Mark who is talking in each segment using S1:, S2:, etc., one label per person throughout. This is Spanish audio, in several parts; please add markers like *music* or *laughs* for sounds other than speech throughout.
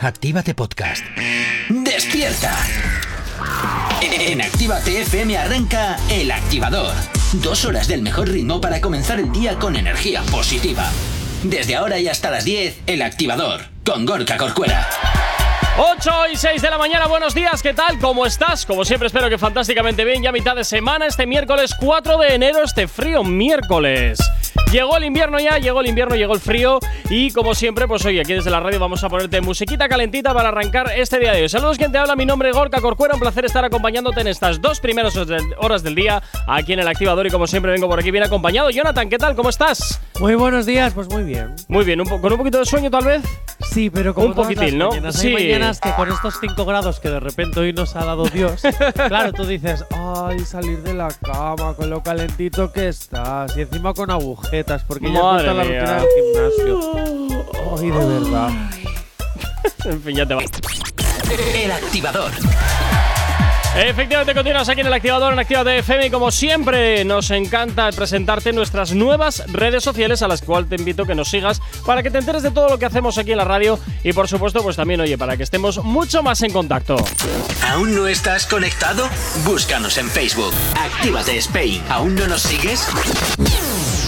S1: Actívate Podcast.
S2: ¡Despierta! En Actívate FM arranca El Activador. Dos horas del mejor ritmo para comenzar el día con energía positiva. Desde ahora y hasta las 10, El Activador, con Gorka Corcuera.
S3: 8 y 6 de la mañana, buenos días, ¿qué tal? ¿Cómo estás? Como siempre, espero que fantásticamente bien. Ya mitad de semana, este miércoles 4 de enero, este frío miércoles. Llegó el invierno ya, llegó el invierno, llegó el frío. Y como siempre, pues hoy aquí desde la radio vamos a ponerte musiquita calentita para arrancar este día de hoy. Saludos, quien te habla, mi nombre es Gorka Corcuera. Un placer estar acompañándote en estas dos primeras horas del día aquí en el activador. Y como siempre, vengo por aquí bien acompañado. Jonathan, ¿qué tal? ¿Cómo estás?
S4: Muy buenos días, pues muy bien.
S3: Muy bien, un po- con un poquito de sueño tal vez.
S4: Sí, pero como
S3: Un
S4: todas las
S3: poquitín, ¿no?
S4: mañanas, hay
S3: Sí.
S4: mañanas que con estos 5 grados que de repente hoy nos ha dado
S3: *laughs*
S4: Dios, claro, tú dices, ay, salir de la cama con lo calentito que estás y encima con agujetas porque
S3: Madre
S4: ya has
S3: mía.
S4: visto la rutina del gimnasio. Ay, de verdad.
S3: En fin, ya te va.
S2: El Activador.
S3: Efectivamente, continuas aquí en el activador en Activa FM y como siempre nos encanta presentarte nuestras nuevas redes sociales a las cuales te invito que nos sigas para que te enteres de todo lo que hacemos aquí en la radio y por supuesto pues también oye para que estemos mucho más en contacto.
S2: ¿Aún no estás conectado? Búscanos en Facebook. Actívate Spain. ¿Aún no nos sigues?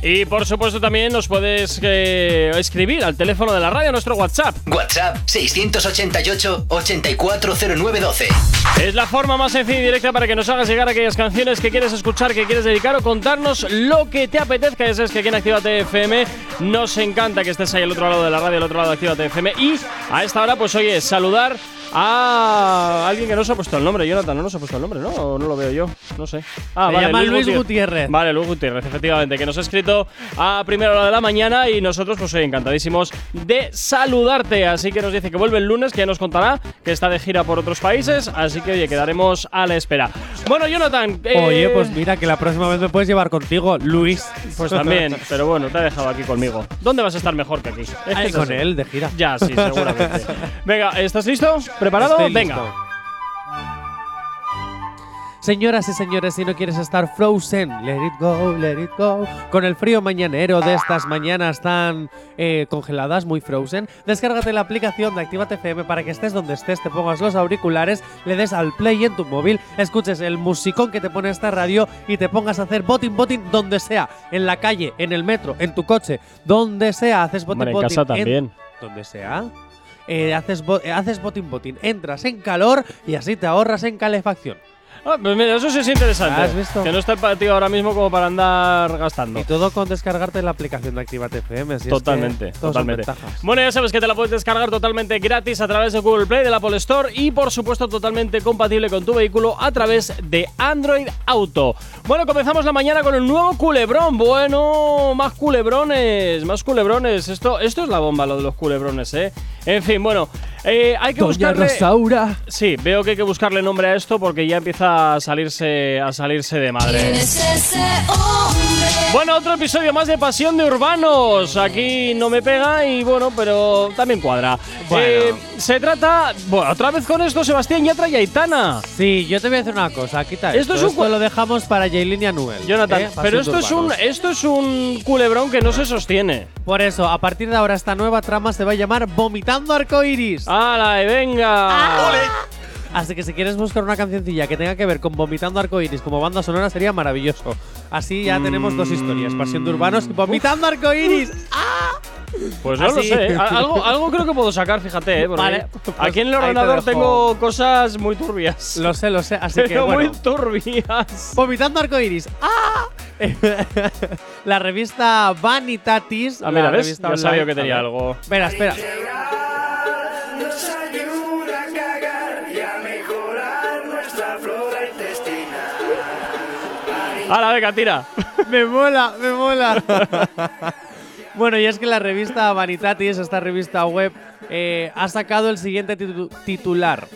S3: Y por supuesto también nos puedes eh, escribir al teléfono de la radio, nuestro WhatsApp.
S2: WhatsApp 688 840912.
S3: Es la forma más sencilla y directa para que nos hagas llegar aquellas canciones que quieres escuchar, que quieres dedicar o contarnos lo que te apetezca. Ya sabes que aquí en Actívate FM nos encanta que estés ahí al otro lado de la radio, al otro lado de Actívate FM. Y a esta hora, pues oye, saludar a alguien que no se ha puesto el nombre. Jonathan, no nos ha puesto el nombre, ¿no? ¿O no lo veo yo? No sé. Ah,
S4: Se llama Luis Gutiérrez.
S3: Vale, Luis Gutiérrez, efectivamente, que nos ha escrito a primera hora de la mañana y nosotros pues hoy encantadísimos de saludarte. Así que nos dice que vuelve el lunes, que ya nos contará que está de gira por otros países, así que oye, quedaremos a la espera. Bueno, Jonathan, eh,
S4: Oye, pues mira que la próxima vez me puedes llevar contigo, Luis.
S3: pues también, pero bueno, te ha dejado aquí conmigo. ¿Dónde vas a estar mejor que aquí? Es que
S4: Ay,
S3: es
S4: con
S3: así.
S4: él de gira.
S3: Ya,
S4: *laughs*
S3: sí, seguramente. Venga, ¿estás listo? ¿Preparado?
S4: Estoy
S3: Venga.
S4: listo. Señoras y señores, si no quieres estar frozen, let it go, let it go. Con el frío mañanero de estas mañanas tan eh, congeladas, muy frozen, descárgate la aplicación de Actívate FM para que estés donde estés, te pongas los auriculares, le des al play en tu móvil, escuches el musicón que te pone esta radio y te pongas a hacer botin botin donde sea, en la calle, en el metro, en tu coche, donde sea, haces botin
S3: Hombre, en
S4: botin.
S3: casa también.
S4: donde sea. Eh, haces, bo- eh, haces botín botín, entras en calor y así te ahorras en calefacción.
S3: Ah, pues mira, eso sí es interesante.
S4: ¿Has visto?
S3: Que no está el partido ahora mismo como para andar gastando.
S4: Y todo con descargarte la aplicación de Actívate FM. así es que
S3: Totalmente,
S4: todo son
S3: totalmente.
S4: ventajas.
S3: Bueno, ya sabes que te la puedes descargar totalmente gratis a través de Google Play, de la Apple Store y por supuesto totalmente compatible con tu vehículo a través de Android Auto. Bueno, comenzamos la mañana con un nuevo culebrón. Bueno, más culebrones, más culebrones. Esto, esto es la bomba, lo de los culebrones, ¿eh? En fin, bueno, eh, hay que
S4: Doña
S3: buscarle...
S4: Rosaura.
S3: Sí, veo que hay que buscarle nombre a esto porque ya empieza a salirse, a salirse de madre.
S5: Eres ese hombre.
S3: Bueno, otro episodio más de Pasión de Urbanos. Aquí no me pega y bueno, pero también cuadra.
S4: Bueno.
S3: Eh, se trata. Bueno, otra vez con esto, Sebastián Yatra y Aitana.
S4: Sí, yo te voy a decir una cosa. Quita
S3: Esto
S4: esto.
S3: es un
S4: Esto
S3: cua-
S4: lo dejamos para Jaylin y Anuel.
S3: Jonathan,
S4: ¿eh?
S3: pero
S4: Pasitos
S3: esto es, un,
S4: vanos.
S3: esto es un culebrón que no se sostiene.
S4: Por eso, a partir de ahora, esta nueva trama se va a llamar Vomitando Arcoiris.
S3: Ah. ¡Hala, y venga!
S4: Así que si quieres buscar una cancioncilla que tenga que ver con Vomitando Arcoiris como banda sonora, sería maravilloso. Así
S3: Mm.
S4: ya tenemos dos historias: Pasión de Urbanos y Vomitando Arcoiris.
S3: Pues no
S4: Así.
S3: lo sé. A- Algo, algo creo que puedo sacar, fíjate. eh, porque
S4: Vale, pues
S3: aquí en el
S4: ahí te
S3: ordenador
S4: dejo.
S3: tengo cosas muy turbias.
S4: Lo sé, lo sé. Así que
S3: pero *laughs*
S4: bueno.
S3: muy turbias.
S4: Vomitando arcoiris. ¡Ah! *laughs* la revista Vanitatis.
S3: Ah, mira,
S4: la
S3: ¿ves?
S4: revista
S3: Ya sabía
S4: online-
S3: que tenía
S4: a ver.
S3: algo.
S4: Espera, espera.
S6: nos ayuda a cagar y a mejorar nuestra flora intestinal.
S3: ¡Hala, venga, tira!
S4: me mola, me mola. *laughs* bueno, y es que la revista Vanitatis, esta revista web, eh, ha sacado el siguiente titu- titular.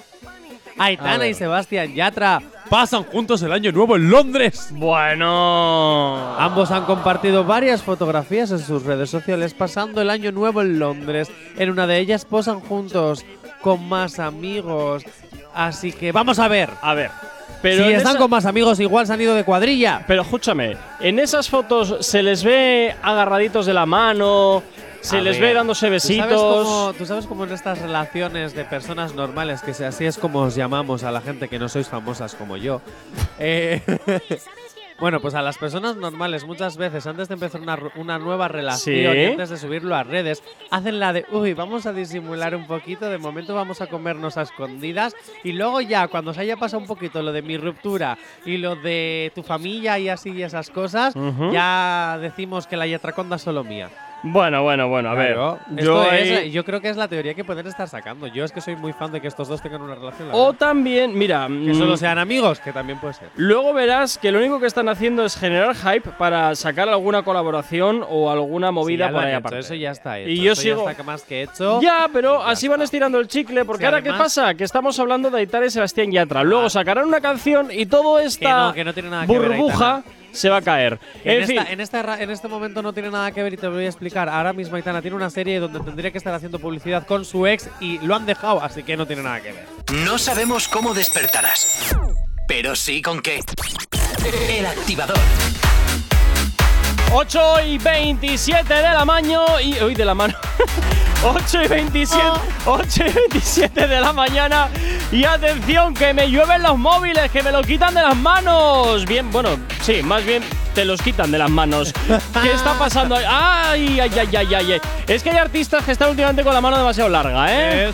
S4: Aitana y Sebastián Yatra pasan juntos el año nuevo en Londres.
S3: Bueno.
S4: Ambos han compartido varias fotografías en sus redes sociales pasando el año nuevo en Londres. En una de ellas posan juntos con más amigos. Así que vamos a ver.
S3: A ver. Pero
S4: si
S3: en
S4: están
S3: esa-
S4: con más amigos, igual se han ido de cuadrilla.
S3: Pero escúchame, en esas fotos se les ve agarraditos de la mano, se
S4: A
S3: les
S4: ver,
S3: ve dándose
S4: ¿Tú sabes, cómo,
S3: besitos.
S4: tú sabes cómo en estas relaciones de personas normales, que se- así es como os llamamos a la gente que no sois famosas como yo. eh, *laughs* bueno, pues a las personas normales muchas veces, antes de empezar una, ru- una nueva relación
S3: Sí.
S4: y antes de subirlo a redes, hacen la de, uy, vamos a disimular un poquito, de momento vamos a comernos a escondidas y luego ya, cuando se haya pasado un poquito lo de mi ruptura y lo de tu familia y así y esas cosas,
S3: Ujú.
S4: ya decimos que la yatraconda es solo mía.
S3: Bueno, bueno, bueno, a
S4: Claro.
S3: ver.
S4: Esto
S3: Yo
S4: es-
S3: ahí-
S4: yo, creo que es la teoría que pueden estar sacando. Yo es que soy muy fan de que estos dos tengan una relación. la
S3: O
S4: verdad.
S3: también, mira,
S4: que solo
S3: Oh, mm,
S4: sean amigos, que también puede ser.
S3: luego verás que lo único que están haciendo es generar hype para sacar alguna colaboración o alguna movida
S4: Sí, ya lo
S3: por
S4: han
S3: ahí
S4: hecho,
S3: aparte.
S4: Eso ya está hecho.
S3: Y yo
S4: eso
S3: sigo-
S4: Ya está más que hecho.
S3: Ya, pero
S4: Ya
S3: así van
S4: está.
S3: estirando el chicle, porque
S4: Sí,
S3: ahora ¿qué
S4: además-
S3: pasa? Que estamos hablando de Aitare Sebastián Yatra. Luego sacarán una canción y todo esta
S4: no, que no tiene nada que ver,
S3: burbuja se va a caer.
S4: En,
S3: en fin,
S4: esta- en, esta ra- en este momento no tiene nada que ver y te lo voy a explicar. Ahora mismo Aitana tiene una serie donde tendría que estar haciendo publicidad con su ex y lo han dejado, así que no tiene nada que ver.
S2: No sabemos cómo despertarás, pero sí con qué. El activador.
S3: 8 y 27 de la mañana y hoy de la mano. *laughs* 8 y 27, 8 y 27 de la mañana y atención que me llueven los móviles, que me lo quitan de las manos. Bien, bueno, sí, más bien te los quitan de las manos. ¿Qué está pasando? Ay, ay, ay, ay, ay. ay. Es que hay artistas que están últimamente con la mano demasiado larga, ¿eh?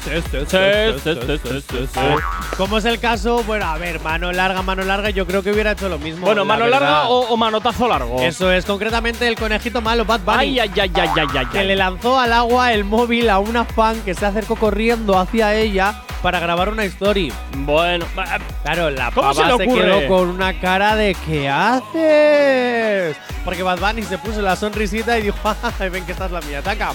S4: Como es el caso, bueno, a ver, mano larga, mano larga, yo creo que hubiera hecho lo mismo.
S3: Bueno,
S4: la
S3: mano
S4: verdad.
S3: larga o, o manotazo largo.
S4: Eso es, concretamente el conejito malo Bad
S3: Ay,
S4: Bunny.
S3: ay, ay, ay, ay, ay,
S4: que
S3: ay.
S4: le lanzó al agua el móvil a una fan que se acercó corriendo hacia ella para grabar una story.
S3: Bueno, va-
S4: Claro, la
S3: ¿Cómo
S4: pava
S3: se le ocurre?
S4: quedó con una cara de ¿qué haces? Porque Bad Bunny se puso la sonrisita y dijo, *laughs* "Ay, ven que esta es la mía, ataca.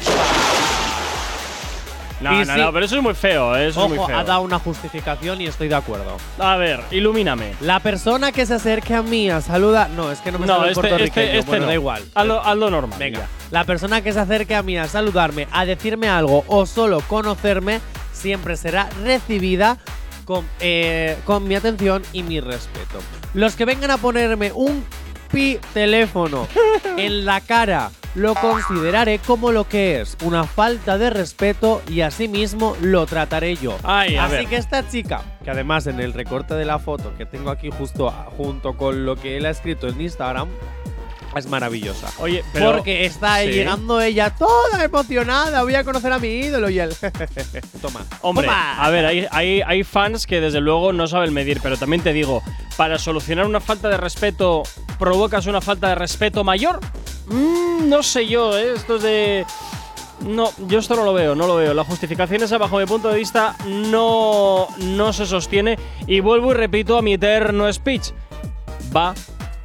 S3: no,
S4: Y
S3: no,
S4: sí.
S3: no, pero eso es muy feo, eh, eso es muy
S4: Ojo,
S3: feo.
S4: ha dado una justificación y estoy de acuerdo.
S3: A ver, ilumíname.
S4: La persona que se acerque a mí a saludar… No, es que no me
S3: No,
S4: sale el
S3: este,
S4: puertorriqueño,
S3: este, este
S4: bueno,
S3: no.
S4: da igual.
S3: Hazlo, hazlo normal.
S4: Venga,
S3: ya.
S4: la persona que se acerque a mí a saludarme, a decirme algo o solo conocerme, siempre será recibida con, eh, con mi atención y mi respeto. Los que vengan a ponerme un pi
S3: *laughs*
S4: teléfono en la cara, lo consideraré como lo que es, una falta de respeto y asimismo lo trataré yo.
S3: Ay, a
S4: Así
S3: ver.
S4: que esta chica, que además en el recorte de la foto que tengo aquí justo a- junto con lo que él ha escrito en Instagram, es maravillosa.
S3: Oye, pero.
S4: Porque está
S3: Sí.
S4: llegando ella toda emocionada, voy a conocer a mi ídolo y
S3: *laughs*
S4: él. Toma.
S3: Hombre,
S4: Toma.
S3: a ver, hay, hay, hay fans que desde luego no saben medir, pero también te digo, para solucionar una falta de respeto, ¿provocas una falta de respeto mayor? Mm, no sé yo, ¿eh? esto es de. No, yo esto no lo veo, no lo veo. La justificación esa, bajo mi punto de vista, no, no se sostiene. Y vuelvo y repito a mi eterno speech. Va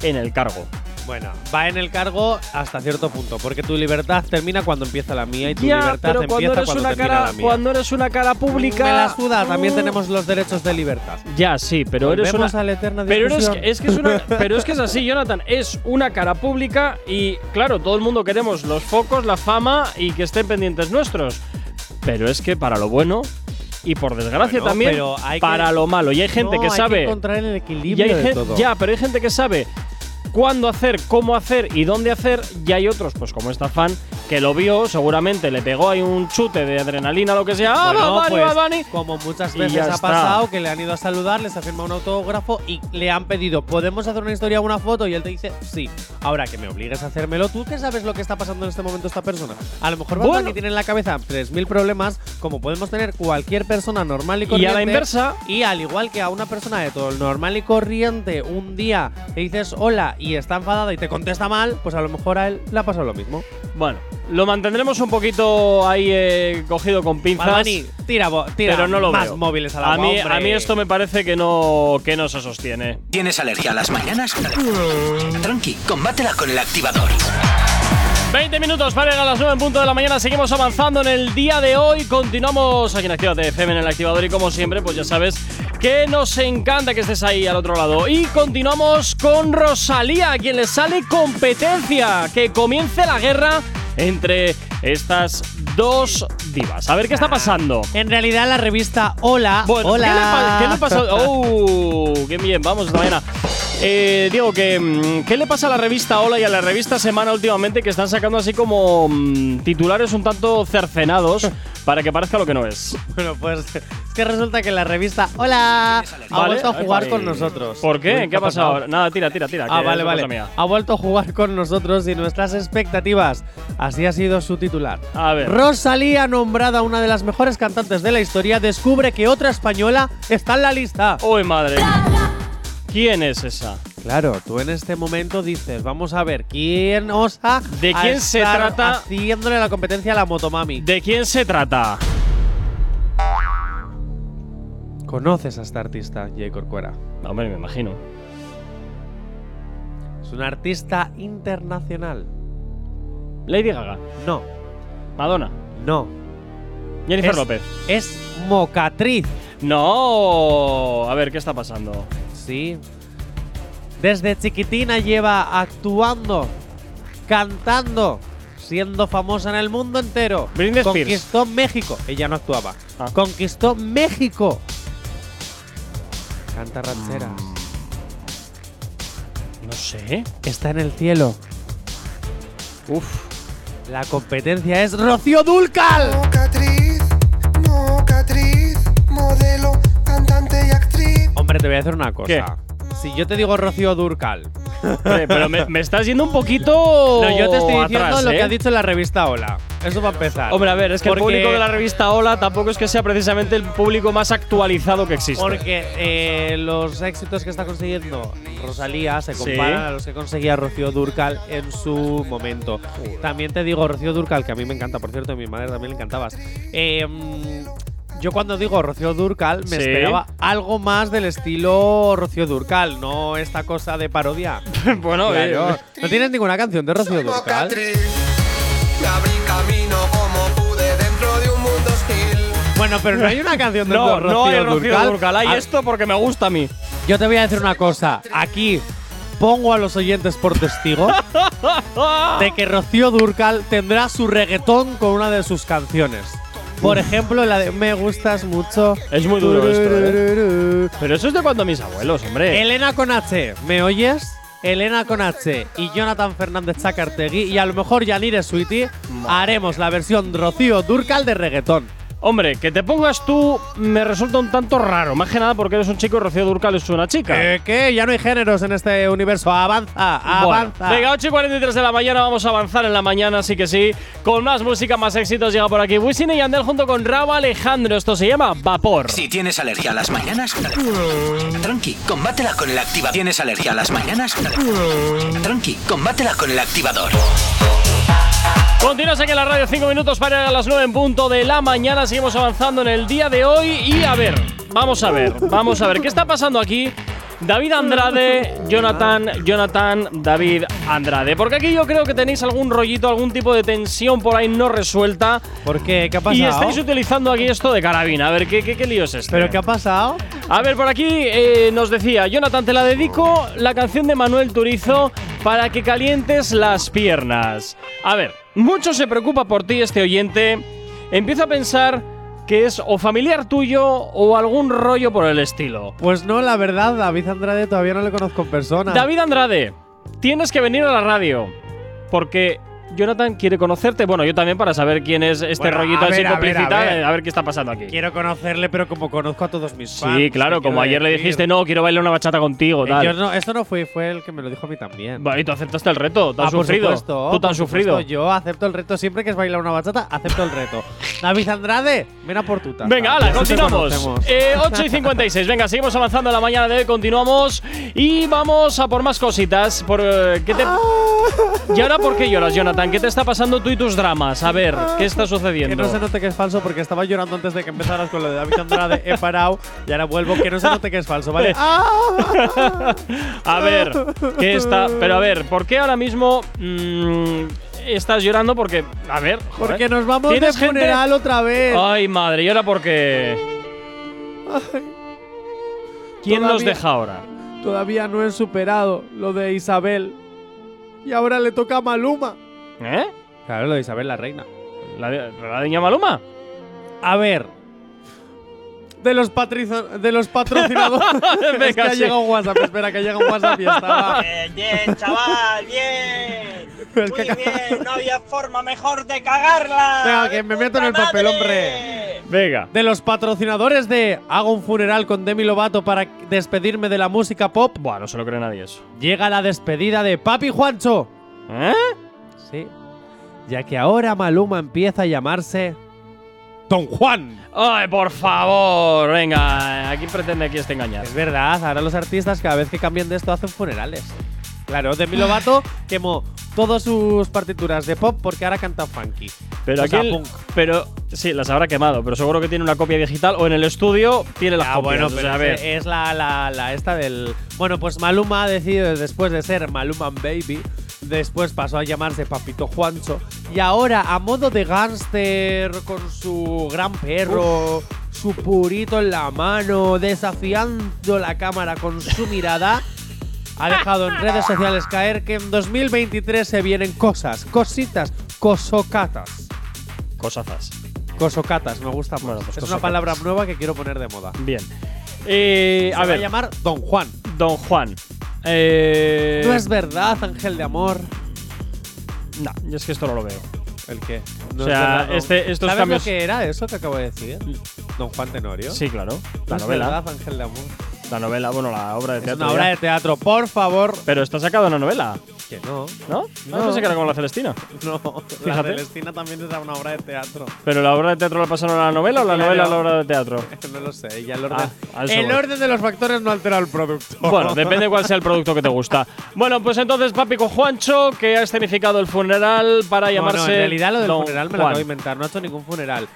S3: en el cargo.
S4: Bueno, va en el cargo hasta cierto punto, porque tu libertad termina cuando empieza la mía y tu
S3: Ya,
S4: libertad
S3: pero
S4: empieza
S3: cuando eres
S4: cuando
S3: una
S4: termina
S3: cara,
S4: la mía.
S3: cuando eres una cara pública.
S4: Me la suda, también
S3: mm,
S4: tenemos los derechos de libertad.
S3: Ya, sí, pero eres una.
S4: Volvemos a la eterna
S3: pero eres,
S4: discusión.
S3: es que es una, pero es que es así, Jonathan. Es una cara pública y, claro, todo el mundo queremos los focos, la fama y que estén pendientes nuestros. Pero es que para lo bueno y por desgracia
S4: Bueno,
S3: también
S4: pero hay que-
S3: para lo malo. Y hay gente
S4: No,
S3: que
S4: hay
S3: sabe.
S4: encontrar el
S3: y
S4: equilibrio
S3: hay
S4: de
S3: gen-
S4: todo.
S3: Ya, pero hay gente que sabe cuándo hacer, cómo hacer y dónde hacer. Y hay otros, pues como esta fan, que lo vio, seguramente le pegó ahí un chute de adrenalina, lo que sea. ¡Ah,
S4: Bueno,
S3: Bad Bunny,
S4: pues,
S3: Bad Bunny!
S4: Como muchas
S3: Y
S4: veces
S3: ya
S4: ha
S3: está.
S4: pasado, que le han ido a saludar, les ha firmado un autógrafo y le han pedido, ¿podemos hacer una historia o una foto? Y él te dice, sí. Ahora que me obligues a hacérmelo, ¿tú qué sabes lo que está pasando en este momento esta persona? A lo mejor Bad
S3: Bueno.
S4: Bunny tiene en la cabeza 3.000 problemas, como podemos tener cualquier persona normal y
S3: Y
S4: corriente.
S3: a la inversa,
S4: Y al igual que a una persona de todo el normal y corriente, un día le dices hola y está enfadada y te contesta mal, pues a lo mejor a él le ha pasado lo mismo.
S3: bueno, lo mantendremos un poquito ahí eh, cogido con pinzas.
S4: Bad Bunny, tira, bo- tira
S3: pero no lo
S4: más
S3: veo.
S4: móviles a la
S3: a mí, a mí esto me parece que no, que no se sostiene.
S2: ¿Tienes alergia a las mañanas? Tranqui, combátela con el activador.
S3: 20 minutos para llegar a las 9 en punto de la mañana. Seguimos avanzando en el día de hoy. Continuamos aquí en Actívate FM en el activador. Y como siempre, pues ya sabes que nos encanta que estés ahí al otro lado. Y continuamos con Rosalía, a quien le sale competencia. Que comience la guerra entre estas dos divas. A ver qué está pasando.
S4: En realidad la revista Hola.
S3: Bueno,
S4: Hola.
S3: ¿qué le pa- ¿qué le, pasa?
S4: *laughs*
S3: ¡Oh! ¡Qué bien! Vamos esta mañana. Eh, Diego, que, mm, ¿qué le pasa a la revista Hola y a la revista Semana últimamente que están sacando así como mm, titulares un tanto
S4: *laughs*
S3: cercenados para que parezca lo que no es?
S4: Bueno, pues es que resulta que la revista Hola ha
S3: Vale.
S4: vuelto a jugar
S3: Ay,
S4: con nosotros.
S3: ¿Por qué?
S4: Uy,
S3: ¿Qué ha pasado? Nada, tira, tira, tira.
S4: Ah,
S3: que
S4: vale,
S3: es
S4: vale.
S3: cosa mía.
S4: Ha vuelto a jugar con nosotros y nuestras expectativas. Así ha sido su titular.
S3: A ver.
S4: Rosalía, nombrada una de las mejores cantantes de la historia, descubre que otra española está en la lista.
S3: ¡Uy, madre! ¿Quién es esa?
S4: Claro, tú en este momento dices, vamos a ver, ¿quién osa
S3: ¿De
S4: a
S3: quién se
S4: estar
S3: trata?
S4: haciéndole la competencia a la motomami?
S3: ¿De quién se trata?
S4: ¿Conoces a esta artista, Jay Corcuera?
S3: Hombre, me imagino.
S4: Es una artista internacional.
S3: Lady Gaga,
S4: No,
S3: Madonna,
S4: no.
S3: Jennifer
S4: es,
S3: López.
S4: Es mocatriz.
S3: No, a ver, ¿qué está pasando?
S4: Sí. Desde chiquitina lleva actuando, cantando, siendo famosa en el mundo entero.
S3: Britney Spears.
S4: Conquistó México. Ella no actuaba.
S3: Ah.
S4: Conquistó México. Canta
S3: Mm.
S4: rancheras.
S3: No sé.
S4: Está en el cielo.
S3: Uf.
S4: La competencia es Rocío Dulcal.
S1: Mocatriz, mocatriz, modelo, cantante y actriz.
S4: Hombre, te voy a decir una cosa.
S3: Oh. ¿Qué?
S4: Si yo te digo Rocío Dulcal,
S3: Hombre, pero me, me estás yendo un poquito.
S4: no, yo te estoy diciendo
S3: atrás,
S4: lo que
S3: ¿eh?
S4: ha dicho la revista Hola. Eso va a empezar.
S3: Hombre, a ver, es que
S4: Porque-
S3: el público de la revista Hola tampoco es que sea precisamente el público más actualizado que existe.
S4: Porque eh, los éxitos que está consiguiendo Rosalía se comparan
S3: Sí.
S4: a los que conseguía Rocío Durcal en su momento. También te digo, Rocío Durcal, que a mí me encanta, por cierto, a mi madre también le encantabas. Eh, mm, yo cuando digo Rocío Durcal
S3: Sí.
S4: me esperaba algo más del estilo Rocío Durcal, no esta cosa de parodia.
S3: *laughs* bueno, eh,
S4: Claro. ¿No tienes ninguna canción de Rocío Durcal?
S1: Mocatriz, me abrí camino como pude dentro de un mundo hostil.
S4: Bueno, pero no hay una canción de
S3: No,
S4: Rocío
S3: no hay Rocío
S4: Dúrcal.
S3: Durcal. Hay
S4: Ah,
S3: esto porque me gusta a mí.
S4: Yo te voy a decir una cosa. Aquí pongo a los oyentes por testigo
S3: *laughs*
S4: de que Rocío Durcal tendrá su reggaetón con una de sus canciones. Por ejemplo, la de Me gustas mucho.
S3: Es muy duro esto, ¿eh? Pero eso es de cuando mis abuelos, hombre.
S4: Eh. Elena con H, ¿me oyes? Elena con H y Jonathan Fernández Chacartegui y a lo mejor Yanire Suiti haremos la versión Rocío Durcal de reggaetón.
S3: Hombre, que te pongas tú me resulta un tanto raro. Más que nada porque eres un chico y Rocío Durcal es una chica.
S4: Eh, ¿Qué? Ya no hay géneros en este universo. Avanza,
S3: Bueno,
S4: avanza.
S3: venga, 8 y 43 de la mañana, vamos a avanzar en la mañana, sí que sí. Con más música, más éxitos llega por aquí Wisin y Yandel junto con Rabo Alejandro. Esto se llama Vapor.
S2: Si tienes alergia a las mañanas, dale. tranqui, combátela con el activador. ¿Tienes alergia a las mañanas? dale. Tranqui, combátela con el activador.
S3: Continuas aquí en la radio 5 minutos para llegar a las 9 en punto de la mañana. Seguimos avanzando en el día de hoy y a ver, vamos a ver, vamos a ver, ¿qué está pasando aquí? David Andrade, Jonathan, Jonathan, David Andrade. Porque aquí yo creo que tenéis algún rollito, algún tipo de tensión por ahí no resuelta.
S4: ¿Por qué? ¿Qué ha pasado?
S3: Y estáis utilizando aquí esto de carabina. A ver, ¿qué, qué, qué lío es este?
S4: ¿Pero qué ha pasado?
S3: A ver, por aquí eh, nos decía, Jonathan, te la dedico la canción de Manuel Turizo para que calientes las piernas. A ver, mucho se preocupa por ti este oyente. Empieza a pensar que es o familiar tuyo o algún rollo por el estilo.
S4: Pues no, la verdad, David Andrade todavía no le conozco en persona.
S3: David Andrade, tienes que venir a la radio porque Jonathan quiere conocerte. Bueno, yo también para saber quién es este
S4: Bueno,
S3: rollito
S4: a
S3: así
S4: ver, a ver,
S3: complicita.
S4: a ver.
S3: eh, A ver qué está pasando aquí.
S4: Quiero conocerle, pero como conozco a todos mis fans.
S3: Sí, claro,
S4: te
S3: como
S4: quiero
S3: ayer le
S4: decir.
S3: dijiste, no, quiero bailar una bachata contigo,
S4: Eh,
S3: tal.
S4: yo no, esto no fue, fue el que me lo dijo a mí también.
S3: Vale, y tú aceptaste el reto, tú has
S4: Ah, por
S3: sufrido.
S4: supuesto,
S3: tú te
S4: por
S3: has sufrido.
S4: supuesto, Yo acepto el reto siempre que es bailar una bachata, acepto el reto. David Andrade, ven a por tu taza.
S3: Venga,
S4: Ya
S3: hala,
S4: te
S3: continuamos.
S4: conocemos.
S3: Eh, 8 y 56, venga, seguimos avanzando en la mañana de hoy, continuamos y vamos a por más cositas. Por, eh, ¿qué te-
S4: Ah.
S3: ¿Y ahora por qué lloras, Jonathan? ¿Qué te está pasando tú y tus dramas? A ver, ¿qué está
S4: Ah, Que no se
S3: sucediendo?
S4: note que es falso porque estaba llorando antes de que empezaras con lo de David Andrade. He parado y ahora vuelvo. Que no se note que es falso, *laughs* ¿vale? Ah,
S3: A ver, ¿qué está? Pero a ver, ¿por qué ahora mismo mm, estás llorando? Porque, a ver, joder.
S4: Porque nos vamos de
S3: ¿Tienes gente?
S4: funeral otra vez.
S3: Ay, madre, ¿y ahora por qué? ¿Quién nos
S4: Todavía-
S3: deja ahora?
S4: Todavía no he superado lo de Isabel. Y ahora le toca a Maluma.
S3: ¿Eh?
S4: Claro, lo de Isabel la reina.
S3: ¿La, de- la niña Maluma?
S4: A ver. De los, patrizo- de los *laughs* patrocinadores.
S3: Venga,
S4: es que ha
S3: sí.
S4: llegado un WhatsApp. Espera, que llega un WhatsApp y *laughs* estaba.
S7: Bien, bien, chaval, bien.
S4: *laughs* Es
S7: Muy
S4: que-
S7: bien, no había forma mejor de cagarla.
S4: Venga, que me
S7: ¡De
S4: meto en el
S7: puta
S4: papel,
S7: madre!
S4: hombre.
S3: Venga.
S4: De los patrocinadores de Hago un funeral con Demi Lovato para despedirme de la música pop.
S3: Buah, no se lo cree nadie eso.
S4: Llega la despedida de Papi Juancho.
S3: ¿Eh?
S4: Sí. Ya que ahora Maluma empieza a llamarse. Don Juan.
S3: Ay, por favor, venga. ¿A quién pretende aquí este engañar?
S4: Es verdad, ahora los artistas cada vez que cambian de esto hacen funerales. Claro, Demi Lovato quemó todas sus partituras de pop porque ahora canta funky.
S3: Pero
S4: O
S3: aquí.
S4: sea,
S3: el-
S4: punk.
S3: Pero. Sí, las habrá quemado, pero seguro que tiene una copia digital o en el estudio tiene las
S4: Ah,
S3: copias.
S4: bueno,
S3: o sea,
S4: pero
S3: a
S4: es-
S3: ver.
S4: es la, la- la esta del. Bueno, pues Maluma ha decidido, después de ser Maluma Baby, después pasó a llamarse Papito Juancho. Y ahora, a modo de gángster, con su gran perro, su purito en la mano, desafiando la cámara con su mirada. Ha dejado en redes sociales caer que en 2023 se vienen cosas, cositas, cosocatas.
S3: Cosazas.
S4: Cosocatas, me gusta más.
S3: Bueno, pues
S4: es una
S3: cosocatas.
S4: palabra nueva que quiero poner de moda.
S3: Bien. Eh,
S4: Se
S3: a
S4: va
S3: ver,
S4: a llamar Don Juan.
S3: don Juan. Eh,
S4: No es verdad, ángel de amor.
S3: no, yo es que esto no lo veo.
S4: ¿El qué?
S3: O sea, este- estos
S4: ¿Sabes
S3: cambios-
S4: lo que era eso que acabo de decir? Don Juan Tenorio.
S3: Sí, claro. La
S4: No es
S3: novela.
S4: verdad, ángel de amor.
S3: La novela, bueno, la obra de
S4: Es
S3: teatro.
S4: una obra
S3: ya.
S4: de teatro, por favor.
S3: Pero está sacada una novela,
S4: Que no.
S3: ¿no? No
S4: No.
S3: pensé que era como la Celestina.
S4: *laughs* No, la
S3: Fíjate.
S4: Celestina también era una obra de teatro. *laughs*
S3: ¿Pero la obra de teatro la pasaron a la novela o la
S4: Claro.
S3: novela a la obra de teatro?
S4: No lo sé, ya el orden.
S3: Ah, a eso
S4: el
S3: voy.
S4: orden de los factores no altera el producto. *laughs*
S3: Bueno, depende cuál sea el producto que te gusta. Bueno, pues entonces Papi con Juancho, que ha escenificado el funeral para
S4: No, no,
S3: llamarse.
S4: en realidad lo del
S3: Don
S4: funeral me lo
S3: Juan.
S4: acabo de inventar. No ha hecho ningún funeral.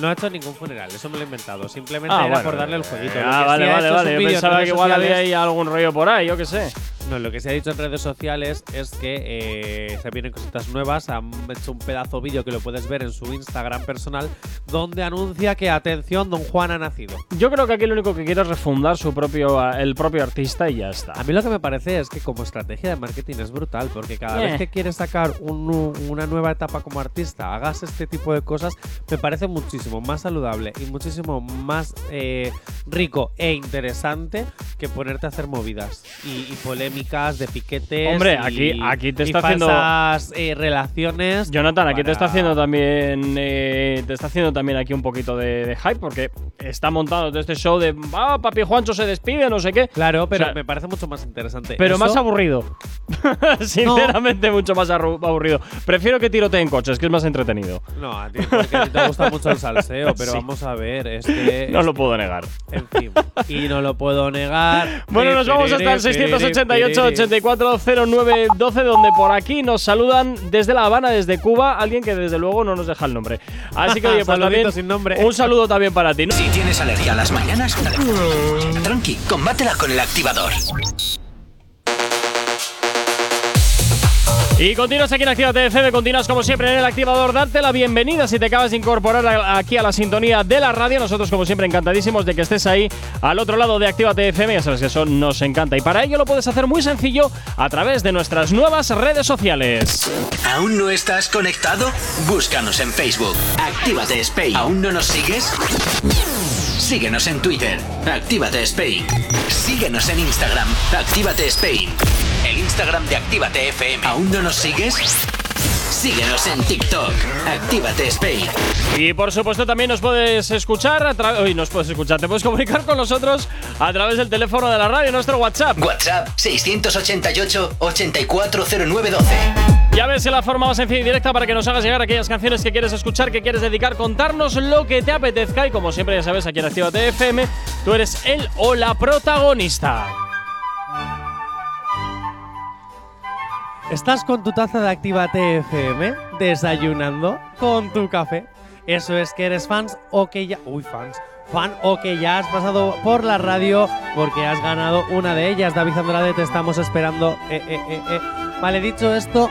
S4: No ha hecho ningún funeral, eso me lo he inventado. Simplemente
S3: Ah,
S4: era
S3: bueno,
S4: por darle el jueguito. Lo que
S3: Ah,
S4: sí
S3: vale,
S4: ha
S3: vale,
S4: hecho es un
S3: vale. Yo
S4: vídeo en
S3: pensaba
S4: redes
S3: que igual había
S4: sociales.
S3: ahí algún rollo por ahí, yo qué sé.
S4: No, lo que se ha dicho en redes sociales es que eh, se vienen cositas nuevas. Han hecho un pedazo vídeo que lo puedes ver en su Instagram personal, donde anuncia que, atención, Don Juan ha nacido.
S3: Yo creo que aquí lo único que quiere es refundar su propio, el propio artista y ya está.
S4: A mí lo que me parece es que como estrategia de marketing es brutal, porque cada
S3: Eh.
S4: vez que quieres sacar un nu- una nueva etapa como artista, hagas este tipo de cosas, me parece muchísimo más saludable y muchísimo más eh, rico e interesante que ponerte a hacer movidas y, y polémicas de piquetes.
S3: Hombre,
S4: y-
S3: aquí- aquí te
S4: y
S3: está haciendo-
S4: falsas, eh, relaciones.
S3: Jonathan, aquí te
S4: para-
S3: está haciendo también eh, te está haciendo también aquí un poquito de, de hype porque está montado todo este show de ah, papi Juancho se despide, no sé qué.
S4: Claro, pero
S3: O sea,
S4: me parece mucho más interesante.
S3: Pero más
S4: Eso-
S3: aburrido. *laughs* Sinceramente, mucho más arru- aburrido. Prefiero que tiroteen coches, que es más entretenido.
S4: No, a ti, porque a ti te gusta mucho
S3: *laughs*
S4: el salseo, pero
S3: Sí.
S4: vamos a ver, es que
S3: No lo puedo negar.
S4: En fin, y no lo puedo negar.
S3: Bueno, nos vamos hasta el 688-8409-12, donde por aquí nos saludan desde La Habana, desde Cuba, alguien que desde luego no nos deja el nombre. Así que,
S4: *laughs*
S3: oye, pues
S4: Saludito
S3: también
S4: sin nombre.
S3: un saludo también para ti. ¿no?
S2: Si tienes alergia a las mañanas, tranqui, combátela con el activador.
S3: Y continúas aquí en Actívate FM, continúas como siempre en el activador. Darte la bienvenida si te acabas de incorporar a- aquí a la sintonía de la radio. Nosotros, como siempre, encantadísimos de que estés ahí al otro lado de Actívate FM. Ya sabes que eso nos encanta. Y para ello lo puedes hacer muy sencillo a través de nuestras nuevas redes sociales.
S2: ¿Aún no estás conectado? Búscanos en Facebook. Actívate Spain. ¿Aún no nos sigues? Síguenos en Twitter. Actívate Spain. Síguenos en Instagram. Actívate Spain. El Instagram de Actívate FM. ¿Aún no nos sigues? Síguenos en TikTok. Actívate Spain.
S3: Y por supuesto también nos puedes escuchar a través. Hoy nos puedes escuchar, te puedes comunicar con nosotros a través del teléfono de la radio, nuestro WhatsApp.
S2: WhatsApp 688 840912.
S3: Ya ves es la forma más sencilla y directa para que nos hagas llegar aquellas canciones que quieres escuchar, que quieres dedicar, contarnos lo que te apetezca y como siempre ya sabes aquí en Activa FM, tú eres el o la protagonista.
S4: ¿Estás con tu taza de Actívate FM? ¿Desayunando? ¿Con tu café? Eso es que eres fans o que ya. Uy, fans. Fan o que ya has pasado por la radio porque has ganado una de ellas. David Andrade, te estamos esperando. Eh, eh, eh, eh. Vale, dicho esto,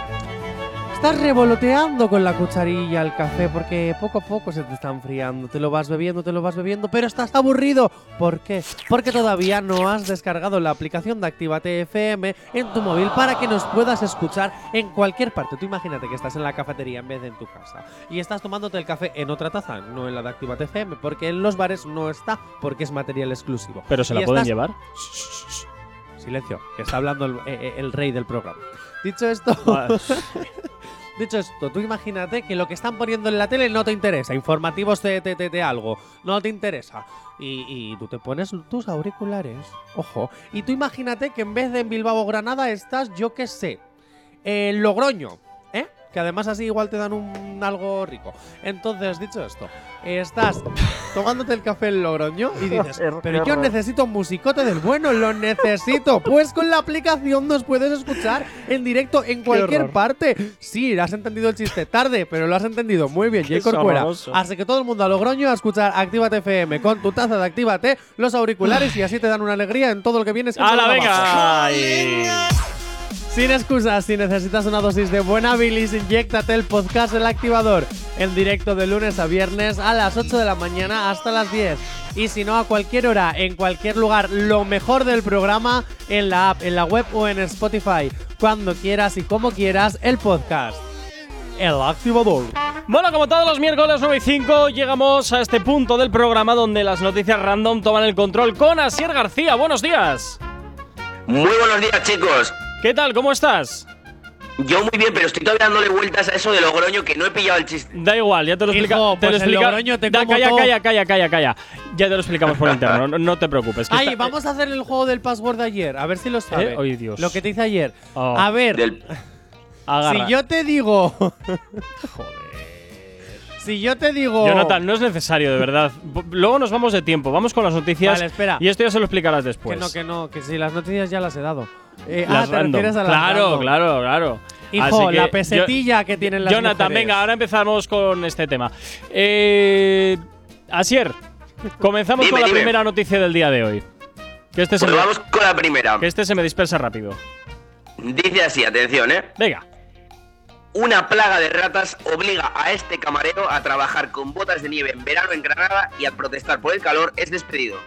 S4: estás revoloteando con la cucharilla al café porque poco a poco se te está enfriando. Te lo vas bebiendo, te lo vas bebiendo, pero estás aburrido. ¿Por qué? Porque todavía no has descargado la aplicación de Actívate FM en tu móvil para que nos puedas escuchar en cualquier parte. Tú imagínate que estás en la cafetería en vez de en tu casa y estás tomándote el café en otra taza, no en la de Actívate FM, porque en los bares no está porque es material exclusivo.
S3: Pero se
S4: Y
S3: la pueden
S4: estás- *laughs*
S3: llevar.
S4: Silencio, que está hablando el, eh, eh, el rey del programa. Dicho *laughs* esto, dicho esto, tú imagínate que lo que están poniendo en la tele no te interesa. Informativos de, de- de- de algo, no te interesa. Y, y tú te pones tus auriculares, ojo. Y tú imagínate que en vez de en Bilbao Granada estás, yo qué sé, en Logroño, ¿eh? Que además así igual te dan un algo rico. Entonces, dicho esto, estás tomándote el café en Logroño y
S3: *laughs*
S4: dices, pero yo necesito un musicote del bueno, lo necesito. Pues con la aplicación nos puedes escuchar en directo en cualquier parte. Sí, has entendido el chiste tarde, pero lo has entendido muy bien, Jay Corcuera.
S3: sabroso.
S4: Así que todo el mundo a Logroño a escuchar Actívate FM con tu taza de Actívate, los auriculares y así te dan una alegría en todo lo que vienes.
S3: ¡Hala, venga! Ay.
S4: Sin excusas, si necesitas una dosis de buena bilis, inyectate el podcast El Activador. En directo de lunes a viernes a las 8 de la mañana hasta las 10. Y si no, a cualquier hora, en cualquier lugar, lo mejor del programa en la app, en la web o en Spotify. Cuando quieras y como quieras, el podcast. El Activador.
S3: Bueno, como todos los miércoles 9 y 5, llegamos a este punto del programa donde las noticias random toman el control con Asier García. Buenos días.
S8: Muy buenos días, chicos.
S3: ¿Qué tal? ¿Cómo estás?
S8: Yo muy bien, pero estoy todavía dándole vueltas a eso de Logroño que no he pillado el chiste.
S3: Da igual, ya te lo
S4: Hijo,
S3: explica- te
S4: pues
S3: lo
S4: el
S3: explica-
S4: Logroño te
S3: Da,
S4: como
S3: calla,
S4: todo.
S3: calla, calla, calla, calla. Ya te lo explicamos
S4: *laughs*
S3: por interno, no, no te preocupes. que
S4: Ay,
S3: está-
S4: vamos a hacer el juego del password de ayer. A ver si lo sabe.
S3: Eh, ay, Dios.
S4: Lo que te hice ayer.
S3: Oh.
S4: A ver,
S8: Del-
S3: agarra.
S4: si yo te digo.
S3: *laughs*
S4: Joder. Si yo te digo.
S3: Jonathan, no es necesario, de verdad. P- Luego nos vamos de tiempo, vamos con las noticias.
S4: Vale, espera.
S3: Y esto ya se lo explicarás
S4: Que
S3: después.
S4: no, que no, que si las noticias ya las he dado. Eh,
S3: Pues Las
S4: ah, te
S3: random.
S4: refieres a las
S3: claro,
S4: random.
S3: claro, claro.
S4: Hijo,
S3: Así
S4: la
S3: que yo-
S4: pesetilla que tienen las
S3: Jonathan,
S4: mujeres.
S3: venga, ahora empezamos con este tema. Eh, Asier, comenzamos
S8: Dime,
S3: con la
S8: dime.
S3: primera noticia del día de hoy. Que este, se
S8: Pues
S3: me,
S8: vamos con la primera.
S3: que este se me dispersa rápido.
S8: Dice así, atención, ¿eh?
S3: Venga.
S8: Una plaga de ratas obliga a este camarero a trabajar con botas de nieve en verano en Granada y al protestar por el calor es despedido.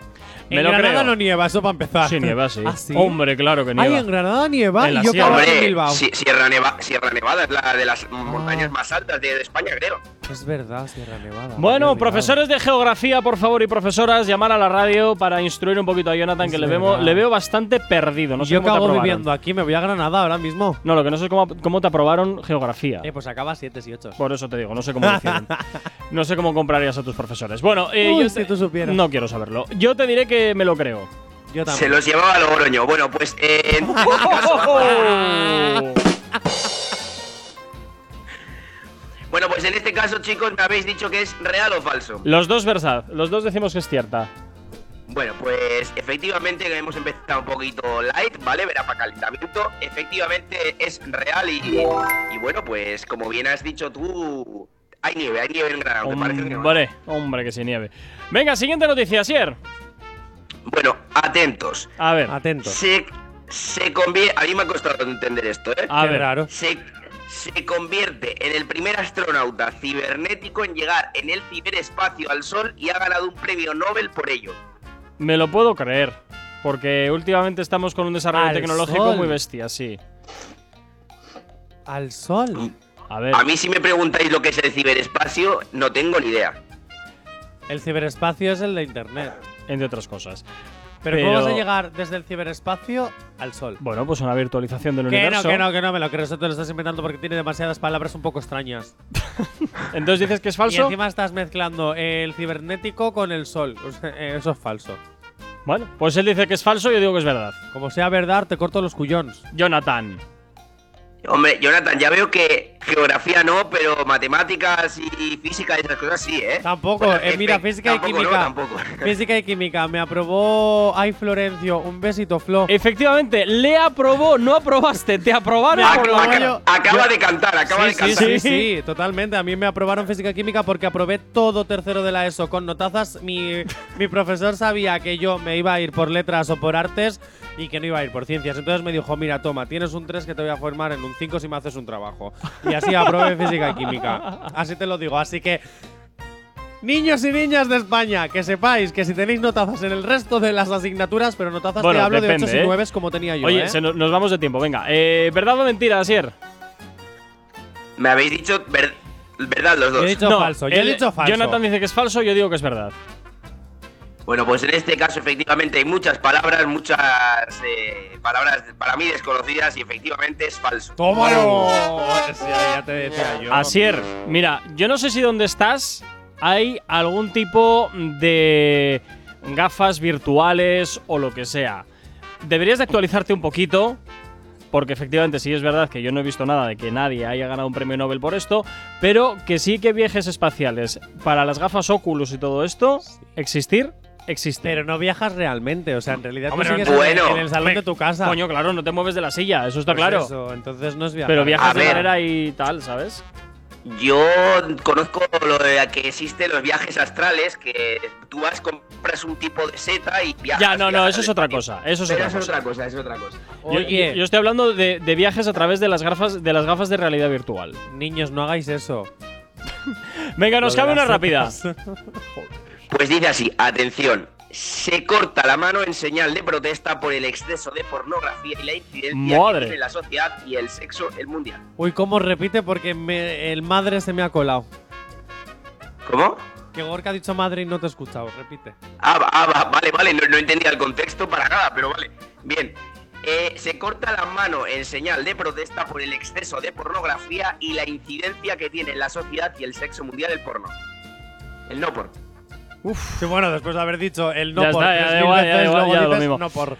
S3: Me
S4: en
S3: lo
S4: Granada
S3: creo.
S4: no nieva, eso para empezar.
S3: Sí, nieva, sí.
S4: ¿Ah, sí?
S3: Hombre, claro que
S4: Ay,
S3: nieva.
S4: en Granada nieva
S3: En
S4: y
S3: la
S4: yo
S3: sierra.
S4: acababa en
S8: Hombre,
S4: Bilbao. Ah.
S8: Si- Sierra, Neva- Sierra Nevada es la de las montañas más altas de, de España, creo.
S4: Es verdad, Sierra Nevada.
S3: Bueno,
S4: había
S3: profesores de geografía, por favor, y profesoras, llamar a la radio para instruir un poquito a Jonathan,
S4: Es
S3: que le, vemos,
S4: verdad.
S3: le veo bastante perdido. No
S4: olvidado.
S3: sé
S4: yo
S3: cómo te
S4: acabo
S3: aprobaron.
S4: viviendo aquí, me voy a Granada ahora mismo.
S3: No, lo que no sé es cómo, cómo te aprobaron geografía.
S4: Eh, pues acaba 7 y 8.
S3: Por eso te digo, no sé cómo lo
S4: *laughs*
S3: hicieron. No sé cómo comprarías a tus profesores. Bueno, eh,
S4: Uy,
S3: yo
S4: si
S3: te-
S4: tú supieras.
S3: No quiero saberlo. Yo te diré que me lo
S4: *laughs*
S3: creo.
S4: Yo
S8: Se
S4: también.
S8: los llevaba a Logroño. Bueno, pues
S4: *laughs*
S8: eh, en este caso- bueno, pues en este caso, chicos, me habéis dicho que es real o falso.
S3: Los dos verdad, los dos decimos que es cierta.
S8: Bueno, pues efectivamente hemos empezado un poquito light, ¿vale? Verá para calentamiento. Efectivamente es real y, y bueno, pues como bien has dicho tú, hay nieve, hay nieve en Granada. aunque parece que no.
S3: Hombre, hombre, que se nieve. Venga, siguiente noticia, Sier.
S8: Bueno, atentos.
S3: A ver,
S4: Atento.
S8: Se, se convierte... A mí me ha costado entender esto, ¿eh?
S3: a
S4: Qué
S3: ver.
S4: raro.
S8: Se, se convierte en el primer astronauta cibernético en llegar en el ciberespacio al Sol y ha ganado un premio Nobel por ello.
S3: Me lo puedo creer. Porque últimamente estamos con un desarrollo
S4: Al
S3: tecnológico
S4: sol.
S3: muy bestia, sí.
S4: Al sol.
S3: A ver.
S8: A mí si me preguntáis lo que es el ciberespacio, no tengo ni idea.
S4: El ciberespacio es el de internet.
S3: entre otras cosas.
S4: Pero, ¿cómo vas a
S3: Pero-
S4: llegar desde el ciberespacio al sol?
S3: Bueno, pues una virtualización del
S4: Que no,
S3: universo.
S4: que no, que no me lo creo. Eso te lo estás inventando porque tiene demasiadas palabras un poco extrañas.
S3: Entonces dices que es
S4: Y
S3: falso.
S4: encima estás mezclando el cibernético con el sol. O sea, eh, Eso es falso.
S3: Bueno, pues él dice que es falso y yo digo que es verdad.
S4: Como sea verdad, te corto los cuyons.
S3: Jonathan.
S8: Hombre, Jonathan, ya veo que geografía no, pero matemáticas y física y esas cosas sí, ¿eh?
S4: Tampoco,
S8: Bueno,
S4: eh, mira,
S8: espe-
S4: física y
S8: tampoco,
S4: química.
S8: No,
S4: *laughs*
S8: tampoco.
S4: Física y química, me aprobó. Ay, Florencio, un besito, Flo.
S3: Efectivamente, le aprobó, no aprobaste, te aprobaron.
S4: Me
S8: Ac-
S4: por lo
S8: aca-
S4: rollo-
S8: acaba
S4: yo-
S8: de cantar, acaba
S4: sí,
S8: de
S4: sí,
S8: cantar.
S4: sí, sí, totalmente. A mí me aprobaron física y química porque aprobé todo tercero de la ESO con notazas. Mi, mi profesor sabía que yo me iba a ir por letras o por artes y que no iba a ir por ciencias. Entonces me dijo, mira, toma, tienes un 3 que te voy a formar en un 5 si me haces un trabajo. Y ya sí, aprobé física y química. Así te lo digo. Así que, niños y niñas de España, que sepáis que si tenéis notazas en el resto de las asignaturas, pero notazas
S3: Bueno,
S4: te hablo
S3: depende,
S4: de 8
S3: ¿eh?
S4: y 9 como tenía yo.
S3: Oye,
S4: ¿eh?
S3: se no- nos vamos de tiempo, venga. Eh, ¿Verdad o mentira, Asier?
S8: Me habéis dicho ver- verdad los
S4: Yo he
S8: dos.
S4: dicho falso. Yo he
S3: él-
S4: dicho falso.
S3: Jonathan dice que es falso, yo digo que es verdad.
S8: Bueno, pues en este caso efectivamente hay muchas palabras, muchas eh, palabras para mí desconocidas y efectivamente es falso.
S4: ¡Tómalo! Sí, ya te decía yo.
S3: Asier, mira, yo no sé si donde estás hay algún tipo de gafas virtuales o lo que sea. Deberías de actualizarte un poquito, porque efectivamente sí es verdad que yo no he visto nada de que nadie haya ganado un premio Nobel por esto, pero que sí que viajes espaciales para las gafas Oculus y todo esto, existir, existe.
S4: Pero no viajas realmente, o sea, en realidad
S3: Hombre,
S4: tú sigues
S8: no-
S4: en, el-
S8: bueno.
S4: en el salón de tu casa.
S3: Coño, claro, no te mueves de la silla, eso está
S4: Pues
S3: claro.
S4: eso, entonces no es viajar.
S3: Pero viajas
S8: A
S3: de
S8: ver.
S3: manera y tal, ¿sabes?
S8: Yo conozco lo de que existe los viajes astrales, que tú vas, compras un tipo de seta y viajas.
S3: Ya, no, no,
S8: viajas
S3: eso es
S8: al
S3: otra
S8: espacio.
S3: cosa. Eso es
S8: Pero
S3: otra cosa.
S8: cosa, es otra cosa.
S3: Yo,
S4: Oye,
S3: yo estoy hablando de, de viajes a través de las gafas de las gafas de realidad virtual.
S4: niños, no hagáis eso.
S3: Venga, nos
S4: Lo de
S3: cabe una
S4: las
S3: rápida.
S4: *laughs* setas.
S8: Pues dice así, atención. Se corta la mano en señal de protesta por el exceso de pornografía y la incidencia
S3: Madre.
S8: que tiene en la sociedad y el sexo el mundial.
S4: Uy, cómo repite porque me- el madre se me ha colado.
S8: ¿Cómo?
S4: Que Gorka ha dicho madre y no te he escuchado, repite.
S8: Ah, va- ah, va, vale, vale, no, no entendía el contexto para nada, pero vale. Bien. Eh, se corta la mano en señal de protesta por el exceso de pornografía y la incidencia que tiene en la sociedad y el sexo mundial el porno. El no porno.
S4: Uf. Sí, bueno, después de haber dicho el no
S3: Ya
S4: por
S3: está, ya
S4: 3.000
S3: da igual, ya da
S4: veces,
S3: igual,
S4: luego
S3: ya da lo
S4: dices
S3: mismo.
S4: no por.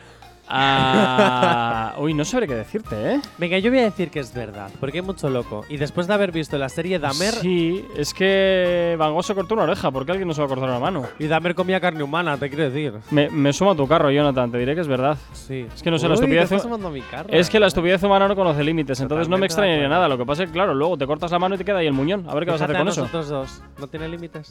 S3: Ah, uy, no sabré qué decirte, ¿eh?
S4: Venga, yo voy a decir que es verdad, porque hay mucho loco. Y después de haber visto la serie Damer,
S3: Sí, es que Van Gogh se cortó una oreja. ¿Por qué alguien no se va a cortar una mano?
S4: y Damer comía carne humana, te quiero decir.
S3: Me, me sumo a tu carro, Jonathan. Te diré que es verdad.
S4: Sí.
S3: Es que no sé, la
S4: Uy, te
S3: estupidez-
S4: estás sumando a mi carro.
S3: Es que la estupidez humana no conoce límites, entonces no me
S4: Totalmente de
S3: extrañaría
S4: acuerdo.
S3: nada. Lo que pasa es que, claro, luego te cortas la mano y te queda ahí el muñón. A ver qué vas a hacer
S4: Fíjate
S3: con eso.
S4: nosotros dos. No tiene límites.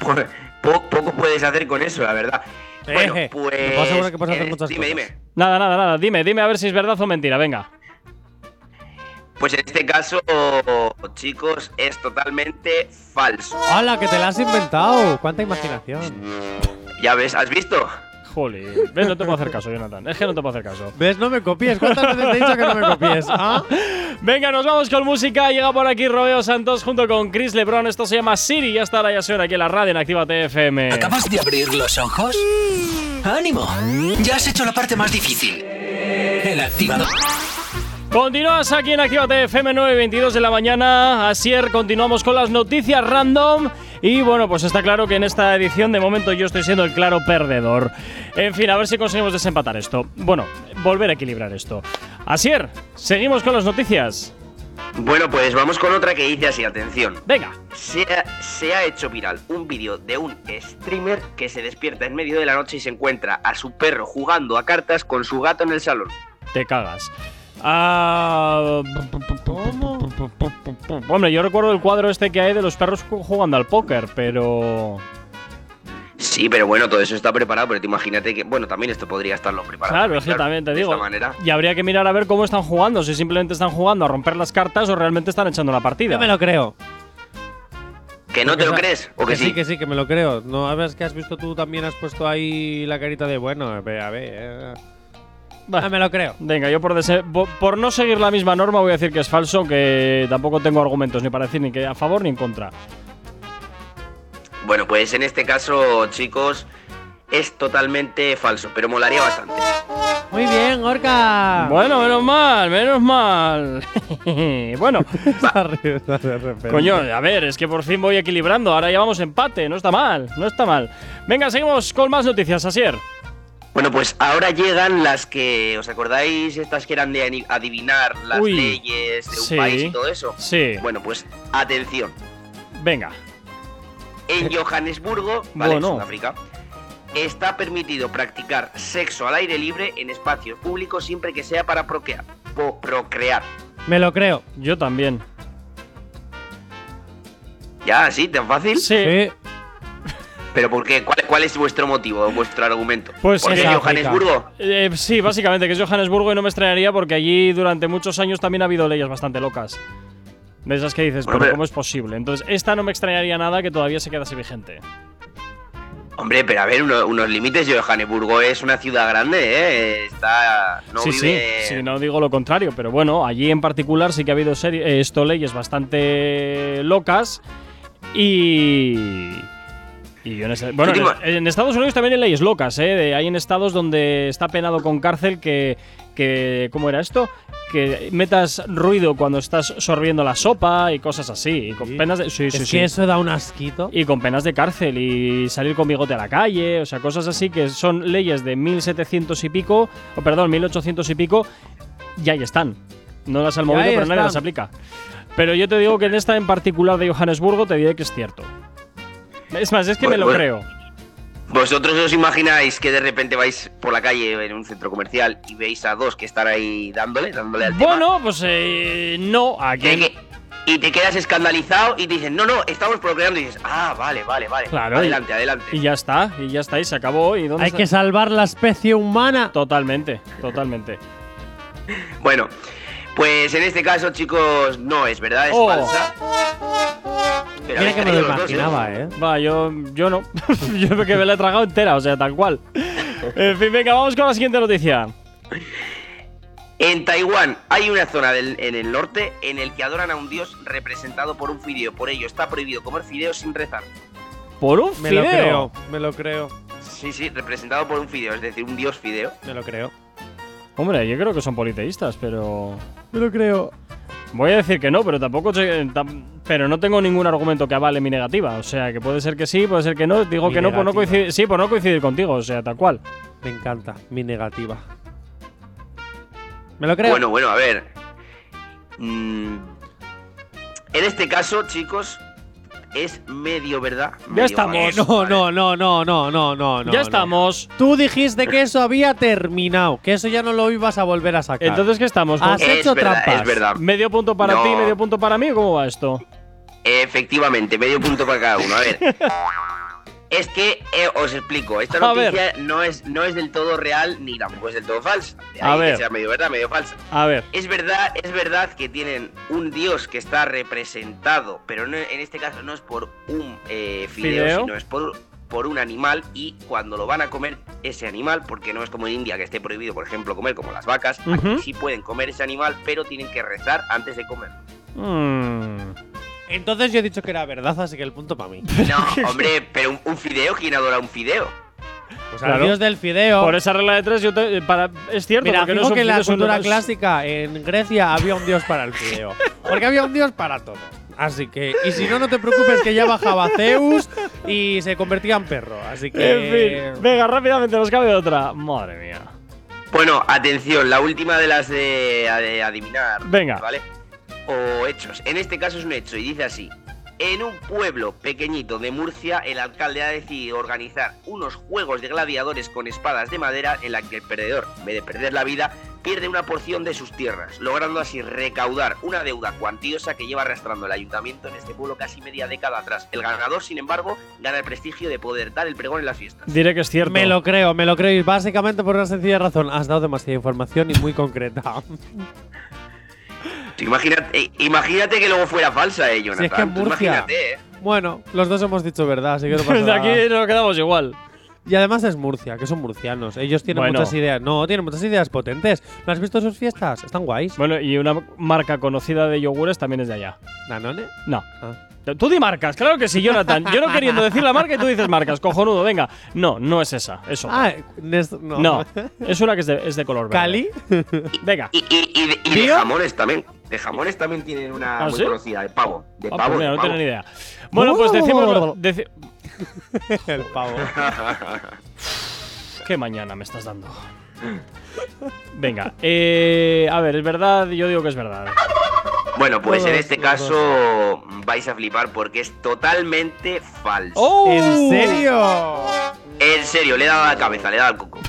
S8: Por- Pues, po- poco puedes hacer con eso, la verdad. Bueno,
S4: Eh,
S8: pues.
S4: te puedo asegurar que puedes hacer
S8: eh,
S4: muchas
S8: dime,
S4: cosas.
S8: dime.
S3: Nada, nada, nada. Dime, dime a ver si es verdad o mentira. Venga.
S8: Pues en este caso, chicos, es totalmente falso.
S4: ¡Hala, que te la has inventado! ¡Cuánta imaginación!
S8: Ya ves, ¿has visto?
S3: Jolly. ¿Ves? No te puedo hacer caso, Jonathan. Es que no te puedo hacer caso.
S4: ¿Ves? No me copies. ¿Cuántas veces te he dicho que no me copies?
S3: *laughs*
S4: ¿Ah?
S3: Venga, nos vamos con música. Llega por aquí Romeo Santos junto con Chris Lebron. Esto se llama Siri. Ya está la Yasión aquí en la radio en Activa TFM.
S2: ¿Acabas de abrir los ojos? ¡Ánimo! Ya has hecho la parte más difícil. El activador.
S3: Continúas aquí en Activa TFM 9.22 de la mañana. Asier, continuamos con las noticias random. Y bueno, pues está claro que en esta edición de momento yo estoy siendo el claro perdedor. En fin, a ver si conseguimos desempatar esto. Bueno, volver a equilibrar esto. Asier, seguimos con las noticias.
S8: Bueno, pues vamos con otra que dice así, atención.
S3: Venga.
S8: Se ha, se ha hecho viral un vídeo de un streamer que se despierta en medio de la noche y se encuentra a su perro jugando a cartas con su gato en el salón.
S3: Te cagas. Ah, Hombre, yo recuerdo el cuadro este que hay de los perros ju- jugando al póker, pero.
S8: Sí, pero bueno, todo eso está preparado, pero te imagínate que, bueno, también esto podría estarlo preparado.
S3: Claro, es que también te digo.
S8: De esta manera.
S3: Y habría que mirar a ver cómo están jugando, si simplemente están jugando a romper las cartas o realmente están echando una partida.
S4: Yo me lo creo.
S8: ¿Que no te lo
S4: Esa-
S8: crees? ¿O que, sí?
S4: que sí, que me lo creo. No, a ver, es que has visto tú también has puesto ahí la carita de bueno, a ver, a ver. eh.
S3: Bah,
S4: Ah, me lo creo.
S3: Venga, yo por, dese- po- por no seguir la misma norma voy a decir que es falso, que tampoco tengo argumentos ni para decir ni que a favor ni en contra.
S8: Bueno, pues en este caso, chicos, es totalmente falso, pero molaría bastante.
S4: Muy bien, Orca. *laughs*
S3: Bueno, menos mal, menos mal. *laughs* bueno, Coño, a ver, es que por fin voy equilibrando. Ahora llevamos empate, no está mal, no está mal. Venga, seguimos con más noticias, Asier.
S8: Bueno, pues ahora llegan las que, ¿os acordáis? Estas que eran de ani- adivinar las
S3: Uy,
S8: leyes de un
S3: sí.
S8: país y todo eso.
S3: Sí,
S8: Bueno, pues atención.
S3: venga.
S8: En Johannesburgo,
S3: Eh,
S8: ¿vale?
S3: Bueno.
S8: En Sudáfrica, está permitido practicar sexo al aire libre en espacios públicos siempre que sea para procrear. Po- procrear.
S4: Me lo creo.
S3: Yo también.
S8: Ya, sí, tan fácil.
S3: Sí.
S4: Sí.
S8: Pero ¿por qué? ¿Cuál, cuál es vuestro motivo, vuestro argumento?
S3: Pues
S8: ¿Por qué
S3: es
S8: en
S4: África.
S8: Johannesburgo?
S3: Eh, sí, básicamente, que es Johannesburgo y no me extrañaría porque allí durante muchos años también ha habido leyes bastante locas. De esas que dices,
S8: Bueno,
S3: pero
S8: pero-
S3: ¿cómo es posible? Entonces, esta no me extrañaría nada que todavía se quedase vigente.
S8: Hombre, pero a ver, uno- unos límites. Yo, Johannesburgo es una ciudad grande, ¿eh? Está. No
S3: sí,
S8: vive-
S3: sí, sí, no digo lo contrario, pero bueno, allí en particular sí que ha habido serie- eh, esto leyes bastante locas y... y yo en ese- bueno, en,
S8: tipo-
S3: es- en Estados Unidos también hay leyes locas, ¿eh? De- hay en estados donde está penado con cárcel que, que... ¿Cómo era esto? Que metas ruido cuando estás sorbiendo la sopa y cosas así. Y con
S4: Sí.
S3: penas de- sí, sí,
S4: es
S3: sí.
S4: que eso da un asquito.
S3: Y con penas de cárcel y salir con bigote a la calle, o sea, cosas así que son leyes de 1700 y pico, o perdón, 1800 y pico, y ahí están. No las han
S4: Y
S3: movido,
S4: ahí
S3: pero nadie
S4: están.
S3: las aplica. Pero yo te digo que en esta en particular de Johannesburgo te diré que es cierto. Es más, es que me
S8: Bueno,
S3: lo
S8: bueno.
S3: creo.
S8: ¿Vosotros os imagináis que de repente vais por la calle en un centro comercial y veis a dos que están ahí dándole, dándole al tema?
S3: Bueno, pues eh, no, aquí.
S8: Que- que- y te quedas escandalizado y te dicen, no, no, estamos procreando. Y dices, ah, vale, vale, vale.
S3: Claro,
S8: adelante, adelante.
S3: Y ya está, y ya está, y se acabó. ¿Y dónde
S4: Hay
S3: se-
S4: que salvar la especie humana.
S3: Totalmente, totalmente.
S8: Bueno, pues en este caso, chicos, no es verdad, es
S3: Oh.
S8: falsa.
S4: Mira
S8: Pero habéis
S4: que me lo
S8: caído los dos, ¿eh?
S4: imaginaba, ¿eh?
S3: Va, yo, yo no. *laughs* yo me- que me la he tragado entera, o sea, tal cual. En fin, venga, vamos con la siguiente noticia.
S8: En Taiwán hay una zona del- en el norte en el que adoran a un dios representado por un fideo. Por ello, está prohibido comer fideos sin rezar.
S3: ¿Por un
S4: Me
S3: fideo?
S4: lo creo, me lo creo,
S8: Sí, sí, representado por un fideo, es decir, un dios fideo.
S4: me lo creo.
S3: Hombre, yo creo que son politeístas, pero.
S4: Me lo creo.
S3: Voy a decir que no, pero tampoco. sé- tam- Pero no tengo ningún argumento que avale mi negativa. O sea, que puede ser que sí, puede ser que no. Digo
S4: Mi
S3: que no por no
S4: negativa.
S3: coincidir. Sí, por no coincidir contigo, o sea, tal cual.
S4: Me encanta, mi negativa. Me lo creo.
S8: Bueno, bueno, a ver. Mm, en este caso, chicos, es medio verdad. medio
S3: estamos.
S8: falso,
S4: no,
S8: ¿vale?
S4: no, no, no, no, no, no, no.
S3: ya
S4: no.
S3: estamos.
S4: Tú dijiste que eso había terminado, que eso ya no lo ibas a volver a sacar.
S3: Entonces, ¿qué estamos? ¿Con-
S4: Has
S8: Es
S4: hecho
S8: verdad,
S4: trampas.
S8: es verdad.
S3: ¿Medio punto para
S8: No.
S3: ti, medio punto para mí? o ¿Cómo va esto?
S8: Efectivamente, medio punto para cada uno. A
S3: *laughs*
S8: ver. es que eh, os explico, esta
S3: A ver.
S8: noticia no es, no es del todo real ni tampoco es del todo falsa. De
S3: A
S8: ahí que
S3: ver.
S8: sea medio verdad, medio falsa.
S3: A ver.
S8: Es verdad, es verdad que tienen un dios que está representado, pero no- en este caso no es por un eh, fideo,
S3: Fideo.
S8: sino es por, por un animal y cuando lo van a comer ese animal, porque no es como en India que esté prohibido, por ejemplo, comer como las vacas,
S3: Ujú.
S8: aquí sí pueden comer ese animal, pero tienen que rezar antes de comer.
S3: Mm.
S4: Entonces yo he dicho que era verdad, así que el punto para mí.
S8: No, hombre, pero un, un fideo, ¿quién adora un fideo?
S4: Pues
S3: Claro.
S4: al dios del fideo.
S3: Por esa regla de tres, yo te- eh, para, es cierto.
S4: Mira,
S3: porque no
S4: digo
S3: son
S4: que en la
S3: fideos, son
S4: cultura
S3: unos-
S4: clásica en Grecia había un dios para el fideo. Porque había un dios para todo. Así que, y si no, no te preocupes que ya bajaba Zeus y se convertía en perro. Así que.
S3: En fin, venga, rápidamente nos cabe otra. Madre mía.
S8: Bueno, atención, la última de las de, de adivinar.
S3: Venga.
S8: ¿Vale? O hechos. En este caso es un hecho y dice así. En un pueblo pequeñito de Murcia, el alcalde ha decidido organizar unos juegos de gladiadores con espadas de madera en la que el perdedor, en vez de perder la vida, pierde una porción de sus tierras, logrando así recaudar una deuda cuantiosa que lleva arrastrando el ayuntamiento en este pueblo casi media década atrás. El ganador, sin embargo, gana el prestigio de poder dar el pregón en las fiestas.
S3: Diré que es cierto.
S4: Me
S3: *laughs*
S4: lo creo, me lo creo. Y básicamente por una sencilla razón. Has dado demasiada información y muy concreta. *laughs*
S8: Sí, Imagínate, eh, imagínate que luego fuera falsa, eh, Jonathan.
S4: Si es que en
S8: Tú
S4: Murcia.
S8: Imagínate, eh.
S4: bueno, los dos hemos dicho verdad, así
S3: *laughs*
S4: que no pasa
S3: de
S4: nada.
S3: aquí nos quedamos igual.
S4: Y además es Murcia, que son murcianos. Ellos tienen
S3: Bueno.
S4: muchas ideas. No, tienen muchas ideas potentes. ¿No has visto sus fiestas? Están guays.
S3: Bueno, y una marca conocida de yogures también es de allá.
S4: Danone.
S3: No.
S4: Ah.
S3: Tú di marcas, claro que sí, Jonathan. Yo no queriendo decir la marca y tú dices marcas, cojonudo, venga. No, no es esa, eso.
S4: Ah, Nest- no.
S3: no, es una que es de, es de color verde.
S4: *laughs* ¿Cali? *laughs*
S3: Venga.
S8: Y, y- y de- y de
S4: ¿Tío?
S8: jamones también. De jamones también tienen una
S3: ¿Ah,
S8: muy
S3: sí?
S8: conocida, de pavo. De
S3: Ah,
S8: pavo.
S3: pues mira, no
S8: de pavo.
S3: tengo ni idea. Bueno, pues decimos. lo- deci-
S4: El pavo.
S3: ¿Qué mañana me estás dando? Venga, eh, a ver, es verdad, yo digo que es verdad.
S8: Bueno, pues en
S4: Todos,
S8: este
S4: todos.
S8: caso vais a flipar porque es totalmente falso.
S3: ¡Oh!
S4: ¿En serio?
S8: En serio, le he dado a la cabeza, le he dado
S3: *laughs*
S8: al coco.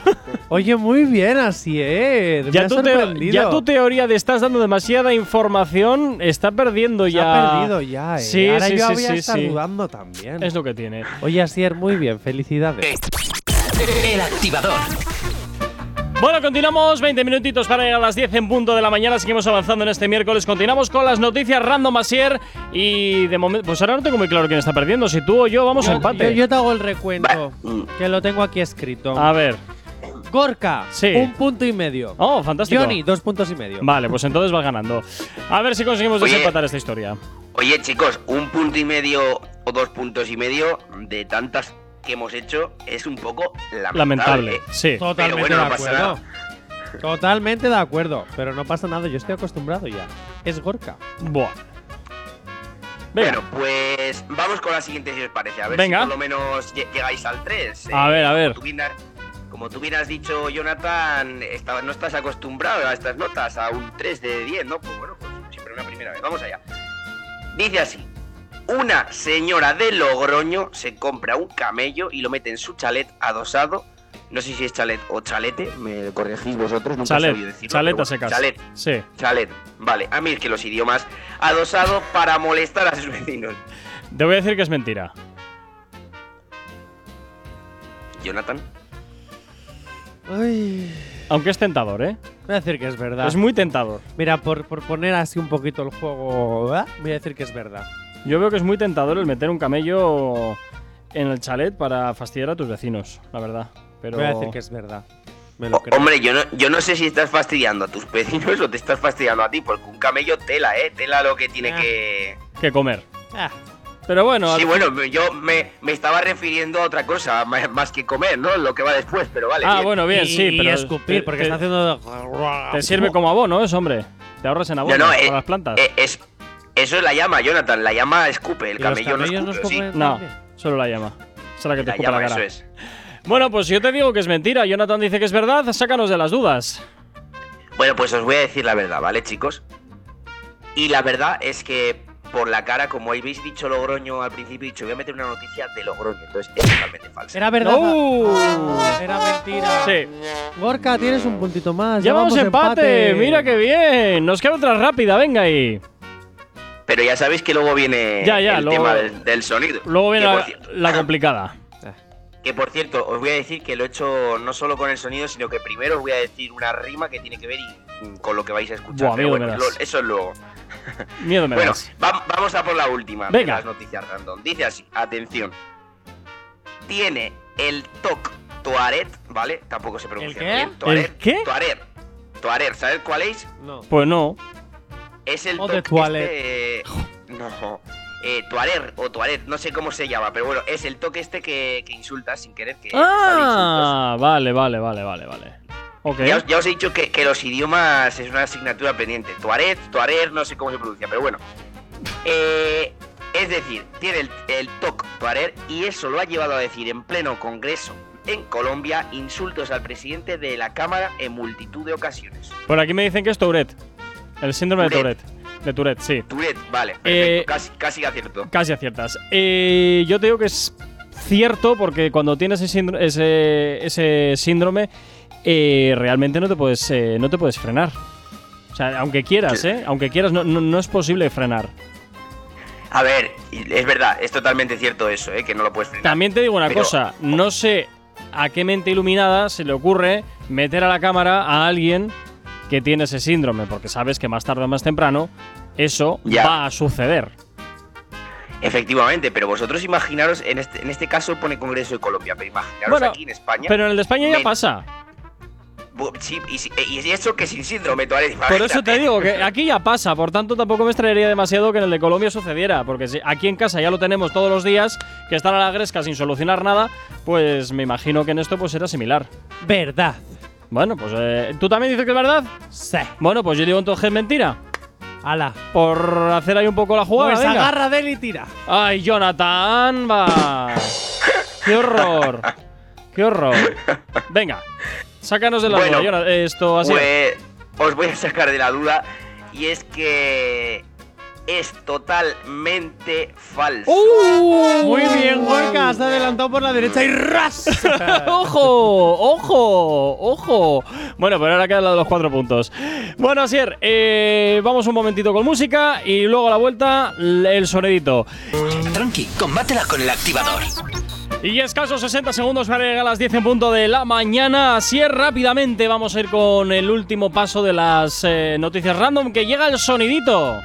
S4: Oye, muy bien, así es.
S3: Ya
S4: Me ha
S3: tu, teo-
S4: sorprendido.
S3: ya tu teoría de estás dando demasiada información está perdiendo
S4: Se
S3: ya.
S4: ha perdido ya, eh.
S3: Sí,
S4: Ahora
S3: sí,
S4: yo
S3: sí,
S4: había
S3: sí,
S4: estado
S3: sí.
S4: dudando también.
S3: Es lo que tiene.
S4: Oye, Asier, muy bien, felicidades.
S2: El activador.
S3: Bueno, continuamos 20 minutitos para llegar a las 10 en punto de la mañana. Seguimos avanzando en este miércoles. Continuamos con las noticias random Asier. Y de momento, pues ahora no tengo muy claro quién está perdiendo. Si tú o yo, vamos a empate.
S4: Yo, yo te hago el recuento,
S8: Va.
S4: que lo tengo aquí escrito.
S3: A ver.
S4: Gorka,
S3: Sí.
S4: un punto y medio.
S3: Oh, fantástico.
S4: Johnny, dos puntos y medio.
S3: Vale, pues entonces vas ganando. A ver si conseguimos
S8: Oye.
S3: desempatar esta historia.
S8: Oye, chicos, un punto y medio o dos puntos y medio de tantas que hemos hecho es un poco lamentable.
S3: Lamentable.
S8: ¿eh?
S3: Sí.
S4: Totalmente
S8: bueno, no
S4: de
S8: pasa
S4: acuerdo. Totalmente de acuerdo. Pero no pasa nada, yo estoy acostumbrado ya. Es Gorka.
S3: Buah. Venga.
S8: Bueno, pues vamos con la siguiente si os parece. A ver
S3: Venga.
S8: si por lo menos lle- llegáis al eh. 3.
S3: A ver, a ver.
S8: Como tú bien, has- como tú bien has dicho, Jonathan, esta- no estás acostumbrado a estas notas, a un 3 de 10, ¿no? Pues bueno, pues siempre una primera vez. Vamos allá. Dice así. Una señora de Logroño se compra un camello y lo mete en su chalet adosado. No sé si es chalet o chalete, me corregís vosotros, nunca he sabido
S3: Chalet.
S8: decirlo,
S3: Chalet
S8: pero
S3: a
S8: bueno,
S3: secas.
S8: Chalet,
S3: Sí.
S8: chalet, vale, a mí es que los idiomas, adosado para molestar a sus vecinos.
S3: Te voy a decir que es mentira.
S8: Jonathan.
S4: Ay,
S3: Aunque es tentador, ¿eh?
S4: voy a decir que es verdad.
S3: Es muy tentador.
S4: Mira, por, por poner así un poquito el juego, ¿verdad? voy a decir que es verdad.
S3: Yo veo que es muy tentador el meter un camello en el chalet para fastidiar a tus vecinos, la verdad. Pero
S4: Voy a decir que es verdad. Me lo
S8: O-
S4: creo.
S8: Oh, hombre, yo no, yo no sé si estás fastidiando a tus vecinos *laughs* o te estás fastidiando a ti, porque un camello tela, ¿eh? Tela lo que tiene
S4: Ah.
S8: que...
S3: que comer.
S4: Ah,
S3: Pero bueno,
S8: sí,
S3: al-
S8: bueno, me- yo me, me estaba refiriendo a otra cosa, ma- más que comer, ¿no? Lo que va después, pero vale.
S3: ah,
S8: bien.
S3: bueno, bien,
S4: y,
S3: sí, pero
S4: escupir,
S3: te-
S4: porque
S3: te,
S4: está haciendo.
S3: te sirve como abono, eso, hombre. Te ahorras en abono
S8: No, no,
S3: para
S8: eh,
S3: ah, las plantas.
S8: Eh, es, eso es la llama, Jonathan. La llama escupe, el
S4: ¿Y los
S8: camello no
S4: camellos no
S8: escupe, ¿o sí.
S4: escupen?
S3: no,
S4: también.
S3: solo la llama. Esa Es la que te
S8: La
S3: escupa la
S8: llama,
S3: cara.
S8: eso es.
S3: Bueno, pues yo te digo que es mentira. Jonathan dice que es verdad. Sácanos de las dudas.
S8: Bueno, pues os voy a decir la verdad, ¿vale, chicos? Y la verdad es que por la cara, como habéis dicho Logroño al principio, he dicho, voy a meter una noticia de Logroño, entonces es totalmente falsa.
S4: Era verdad.
S3: ¡No!
S4: Era mentira.
S3: Sí.
S4: Gorka, tienes un puntito más.
S3: Ya vamos empate.
S4: empate.
S3: Mira qué bien. Nos queda otra rápida. Venga ahí.
S8: Pero ya sabéis que luego viene
S3: Ya, ya,
S8: el
S3: luego-
S8: tema del, del sonido.
S3: Luego viene
S8: que,
S3: la,
S8: por cierto,
S3: la complicada.
S8: que por cierto, os voy a decir que lo he hecho no solo con el sonido, sino que primero os voy a decir una rima que tiene que ver y- mm, con lo que vais a escuchar.
S3: Buah,
S8: Pero
S3: miedo
S8: bueno,
S3: me das.
S8: lo- eso es luego.
S3: Miedo me
S8: Bueno,
S3: das.
S8: va- vamos a por la última
S3: Venga.
S8: de las noticias random. Dice así, atención. Tiene el TOC Tuaret, ¿vale? Tampoco se pronuncia
S4: qué?
S8: bien. Tuaret.
S3: ¿El qué?
S8: Tuaret. Tuaret, ¿sabes cuál es?
S4: No.
S3: Pues no.
S8: Es el
S4: O de
S8: TOC
S4: Tualet.
S8: este, eh, no. Eh, Tuaret o Tuaret, no sé cómo se llama, pero bueno, es el TOC este que, que insulta sin querer. Que sale insultos.
S3: Ah, vale, vale, vale, vale, vale. Ok.
S8: Ya os, ya os he dicho que, que los idiomas es una asignatura pendiente. Tuaret, Tuarer, no sé cómo se pronuncia, pero bueno. Eh, es decir, tiene el, el TOC Tuarer y eso lo ha llevado a decir en pleno Congreso en Colombia insultos al presidente de la Cámara en multitud de ocasiones.
S3: Por aquí me dicen que es Tourette. El síndrome
S8: Tourette.
S3: de Tourette. De Tourette, sí.
S8: Tuaret, vale, perfecto,
S3: Eh,
S8: casi, casi acierto.
S3: Casi aciertas. Eh, yo te digo que es cierto porque cuando tienes ese síndrome, ese, ese síndrome eh, realmente no te puedes eh, no te puedes frenar. O sea, aunque quieras, ¿eh? Aunque quieras, no, no, no es posible frenar.
S8: A ver, y- es verdad, es totalmente cierto eso, eh, que no lo puedes frenar.
S3: También te digo una
S8: Pero-
S3: cosa, no sé a qué mente iluminada se le ocurre meter a la cámara a alguien que tiene ese síndrome, porque sabes que más tarde o más temprano eso
S8: Ya.
S3: va a suceder.
S8: Efectivamente, pero vosotros imaginaros, en este, en este caso pone Congreso de Colombia, pero imaginaros
S3: Bueno,
S8: aquí en España.
S3: Pero en el de España ya
S8: Me-
S3: pasa.
S8: Bu- Sí, y, si- eh, y si eso que sin síndrome, Tuaret.
S3: Por eso te digo que aquí ya pasa, por tanto tampoco me extraería demasiado que en el de Colombia sucediera, porque si aquí en casa ya lo tenemos todos los días, que están a la gresca sin solucionar nada, pues me imagino que en esto pues era similar.
S4: Verdad.
S3: Bueno, pues eh, tú también dices que es verdad.
S4: Sí.
S3: Bueno, pues yo digo entonces mentira.
S4: Ala.
S3: Por hacer ahí un poco la jugada.
S4: pues
S3: venga.
S4: agarra de él y tira.
S3: Ay, Jonathan, va. Qué horror. Qué horror. Venga, sácanos de la
S8: Bueno,
S3: duda, Jonathan. Esto así.
S8: Pues os voy a sacar de la duda. Y es que. Es totalmente falso.
S3: ¡Uh!
S4: Muy bien, Gorka. Has adelantado por la derecha y ras.
S3: ¡Ojo! ¡Ojo! ¡Ojo! Bueno, pero ahora queda la de los cuatro puntos. Bueno, Asier, eh, vamos un momentito con música y luego a la vuelta l- el sonidito.
S2: Tranqui, combátela con el activador.
S3: Y escasos 60 segundos para llegar a las 10 en punto de la mañana. Así es, rápidamente vamos a ir con el último paso de las eh, noticias random, que llega el sonidito.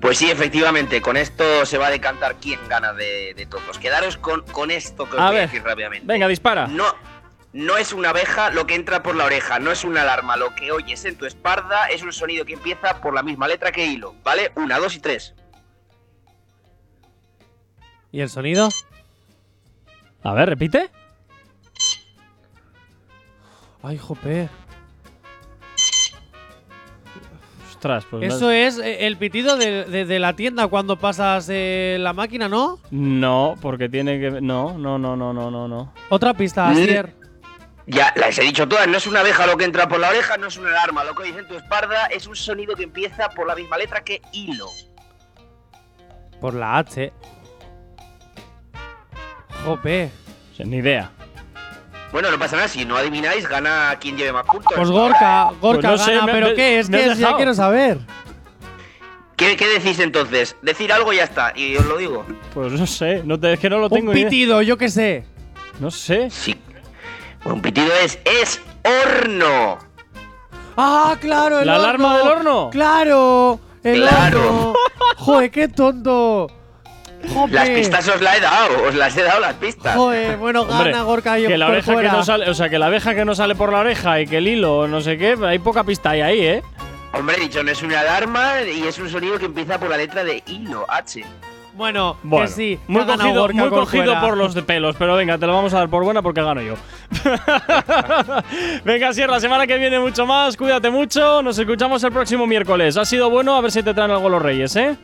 S8: Pues sí, efectivamente, con esto se va a decantar quién gana de, de todos. Quedaros con, con esto que os
S3: A
S8: voy
S3: ver,
S8: a decir rápidamente.
S3: Venga, dispara.
S8: No, no es una abeja lo que entra por la oreja, no es una alarma. Lo que oyes en tu espalda es un sonido que empieza por la misma letra que hilo, ¿vale? Una, dos y tres.
S4: ¿Y el sonido?
S3: A ver, repite.
S4: Ay, jope.
S3: Ostras, pues.
S4: Eso es eh, el pitido de, de- de la tienda cuando pasas eh, la máquina, ¿no?
S3: No, porque tiene que. No, no, no, no, no, no, no.
S4: Otra pista,
S8: Mm.
S4: Asier.
S8: Ya, las he dicho todas, no es una abeja lo que entra por la oreja, no es una alarma. Lo que oyes en tu espalda es un sonido que empieza por la misma letra que hilo.
S4: Por la H. Jope.
S3: O sea, ni idea.
S8: Bueno, no pasa nada, si no adivináis, gana quien lleve más puntos.
S4: Pues Gorka, Gorka
S3: no sé,
S4: gana,
S3: me-
S4: pero
S3: me-
S4: ¿qué es?
S3: me
S4: ¿Qué
S3: has
S4: es? Ya
S3: dejado.
S4: quiero saber.
S8: ¿Qué, qué decís entonces? Decir algo y ya está, y os lo digo.
S3: Pues no sé, no te, es que no lo tengo
S4: Un
S3: ni idea.
S4: pitido, yo qué sé.
S3: No sé.
S8: Sí. Un pitido es. ¡Es horno!
S4: Ah, claro, el
S3: ¿La
S4: horno.
S3: alarma del horno?
S4: Claro, el
S8: Claro.
S4: horno. Joder, qué tonto. Jope.
S8: Las pistas os las he dado, os las he dado las pistas.
S4: Joder, bueno, gana
S3: Hombre,
S4: Gorka. Yo
S3: que la
S4: por
S3: oreja que
S4: fuera.
S3: no sale, o sea, que la abeja que no sale por la oreja y que el hilo, no sé qué, hay poca pista ahí, ahí, ¿eh?
S8: Hombre, he dicho, no es una alarma y es un sonido que empieza por la letra de hilo, H.
S4: Bueno,
S3: Bueno,
S4: que sí.
S3: muy
S4: ha ganado
S3: cogido,
S4: Gorka
S3: muy
S4: por
S3: cogido
S4: fuera.
S3: por los de pelos, pero venga, te lo vamos a dar por buena porque gano yo. *laughs* venga, Sierra, la semana que viene mucho más, cuídate mucho, nos escuchamos el próximo miércoles. Ha sido bueno, a ver si te traen algo los reyes, ¿eh?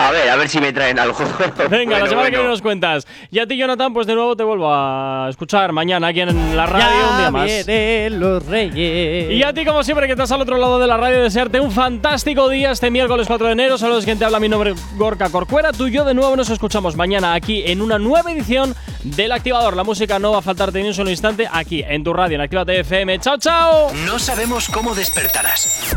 S8: A ver, a ver si me traen algo.
S3: Venga,
S8: Bueno,
S3: la semana que
S8: bueno.
S3: viene nos cuentas. Y a ti, Jonathan, pues de nuevo te vuelvo a escuchar mañana aquí en la radio
S4: ya
S3: un día más.
S4: vienen los reyes.
S3: Y a ti, como siempre, que estás al otro lado de la radio, desearte un fantástico día este miércoles 4 de enero. Saludos, quien te habla, mi nombre es Gorka Corcuera. Tú y yo de nuevo nos escuchamos mañana aquí en una nueva edición del Activador. La música no va a faltarte ni un solo instante aquí en tu radio, en Actívate FM. ¡Chao, chao!
S2: No sabemos cómo despertarás,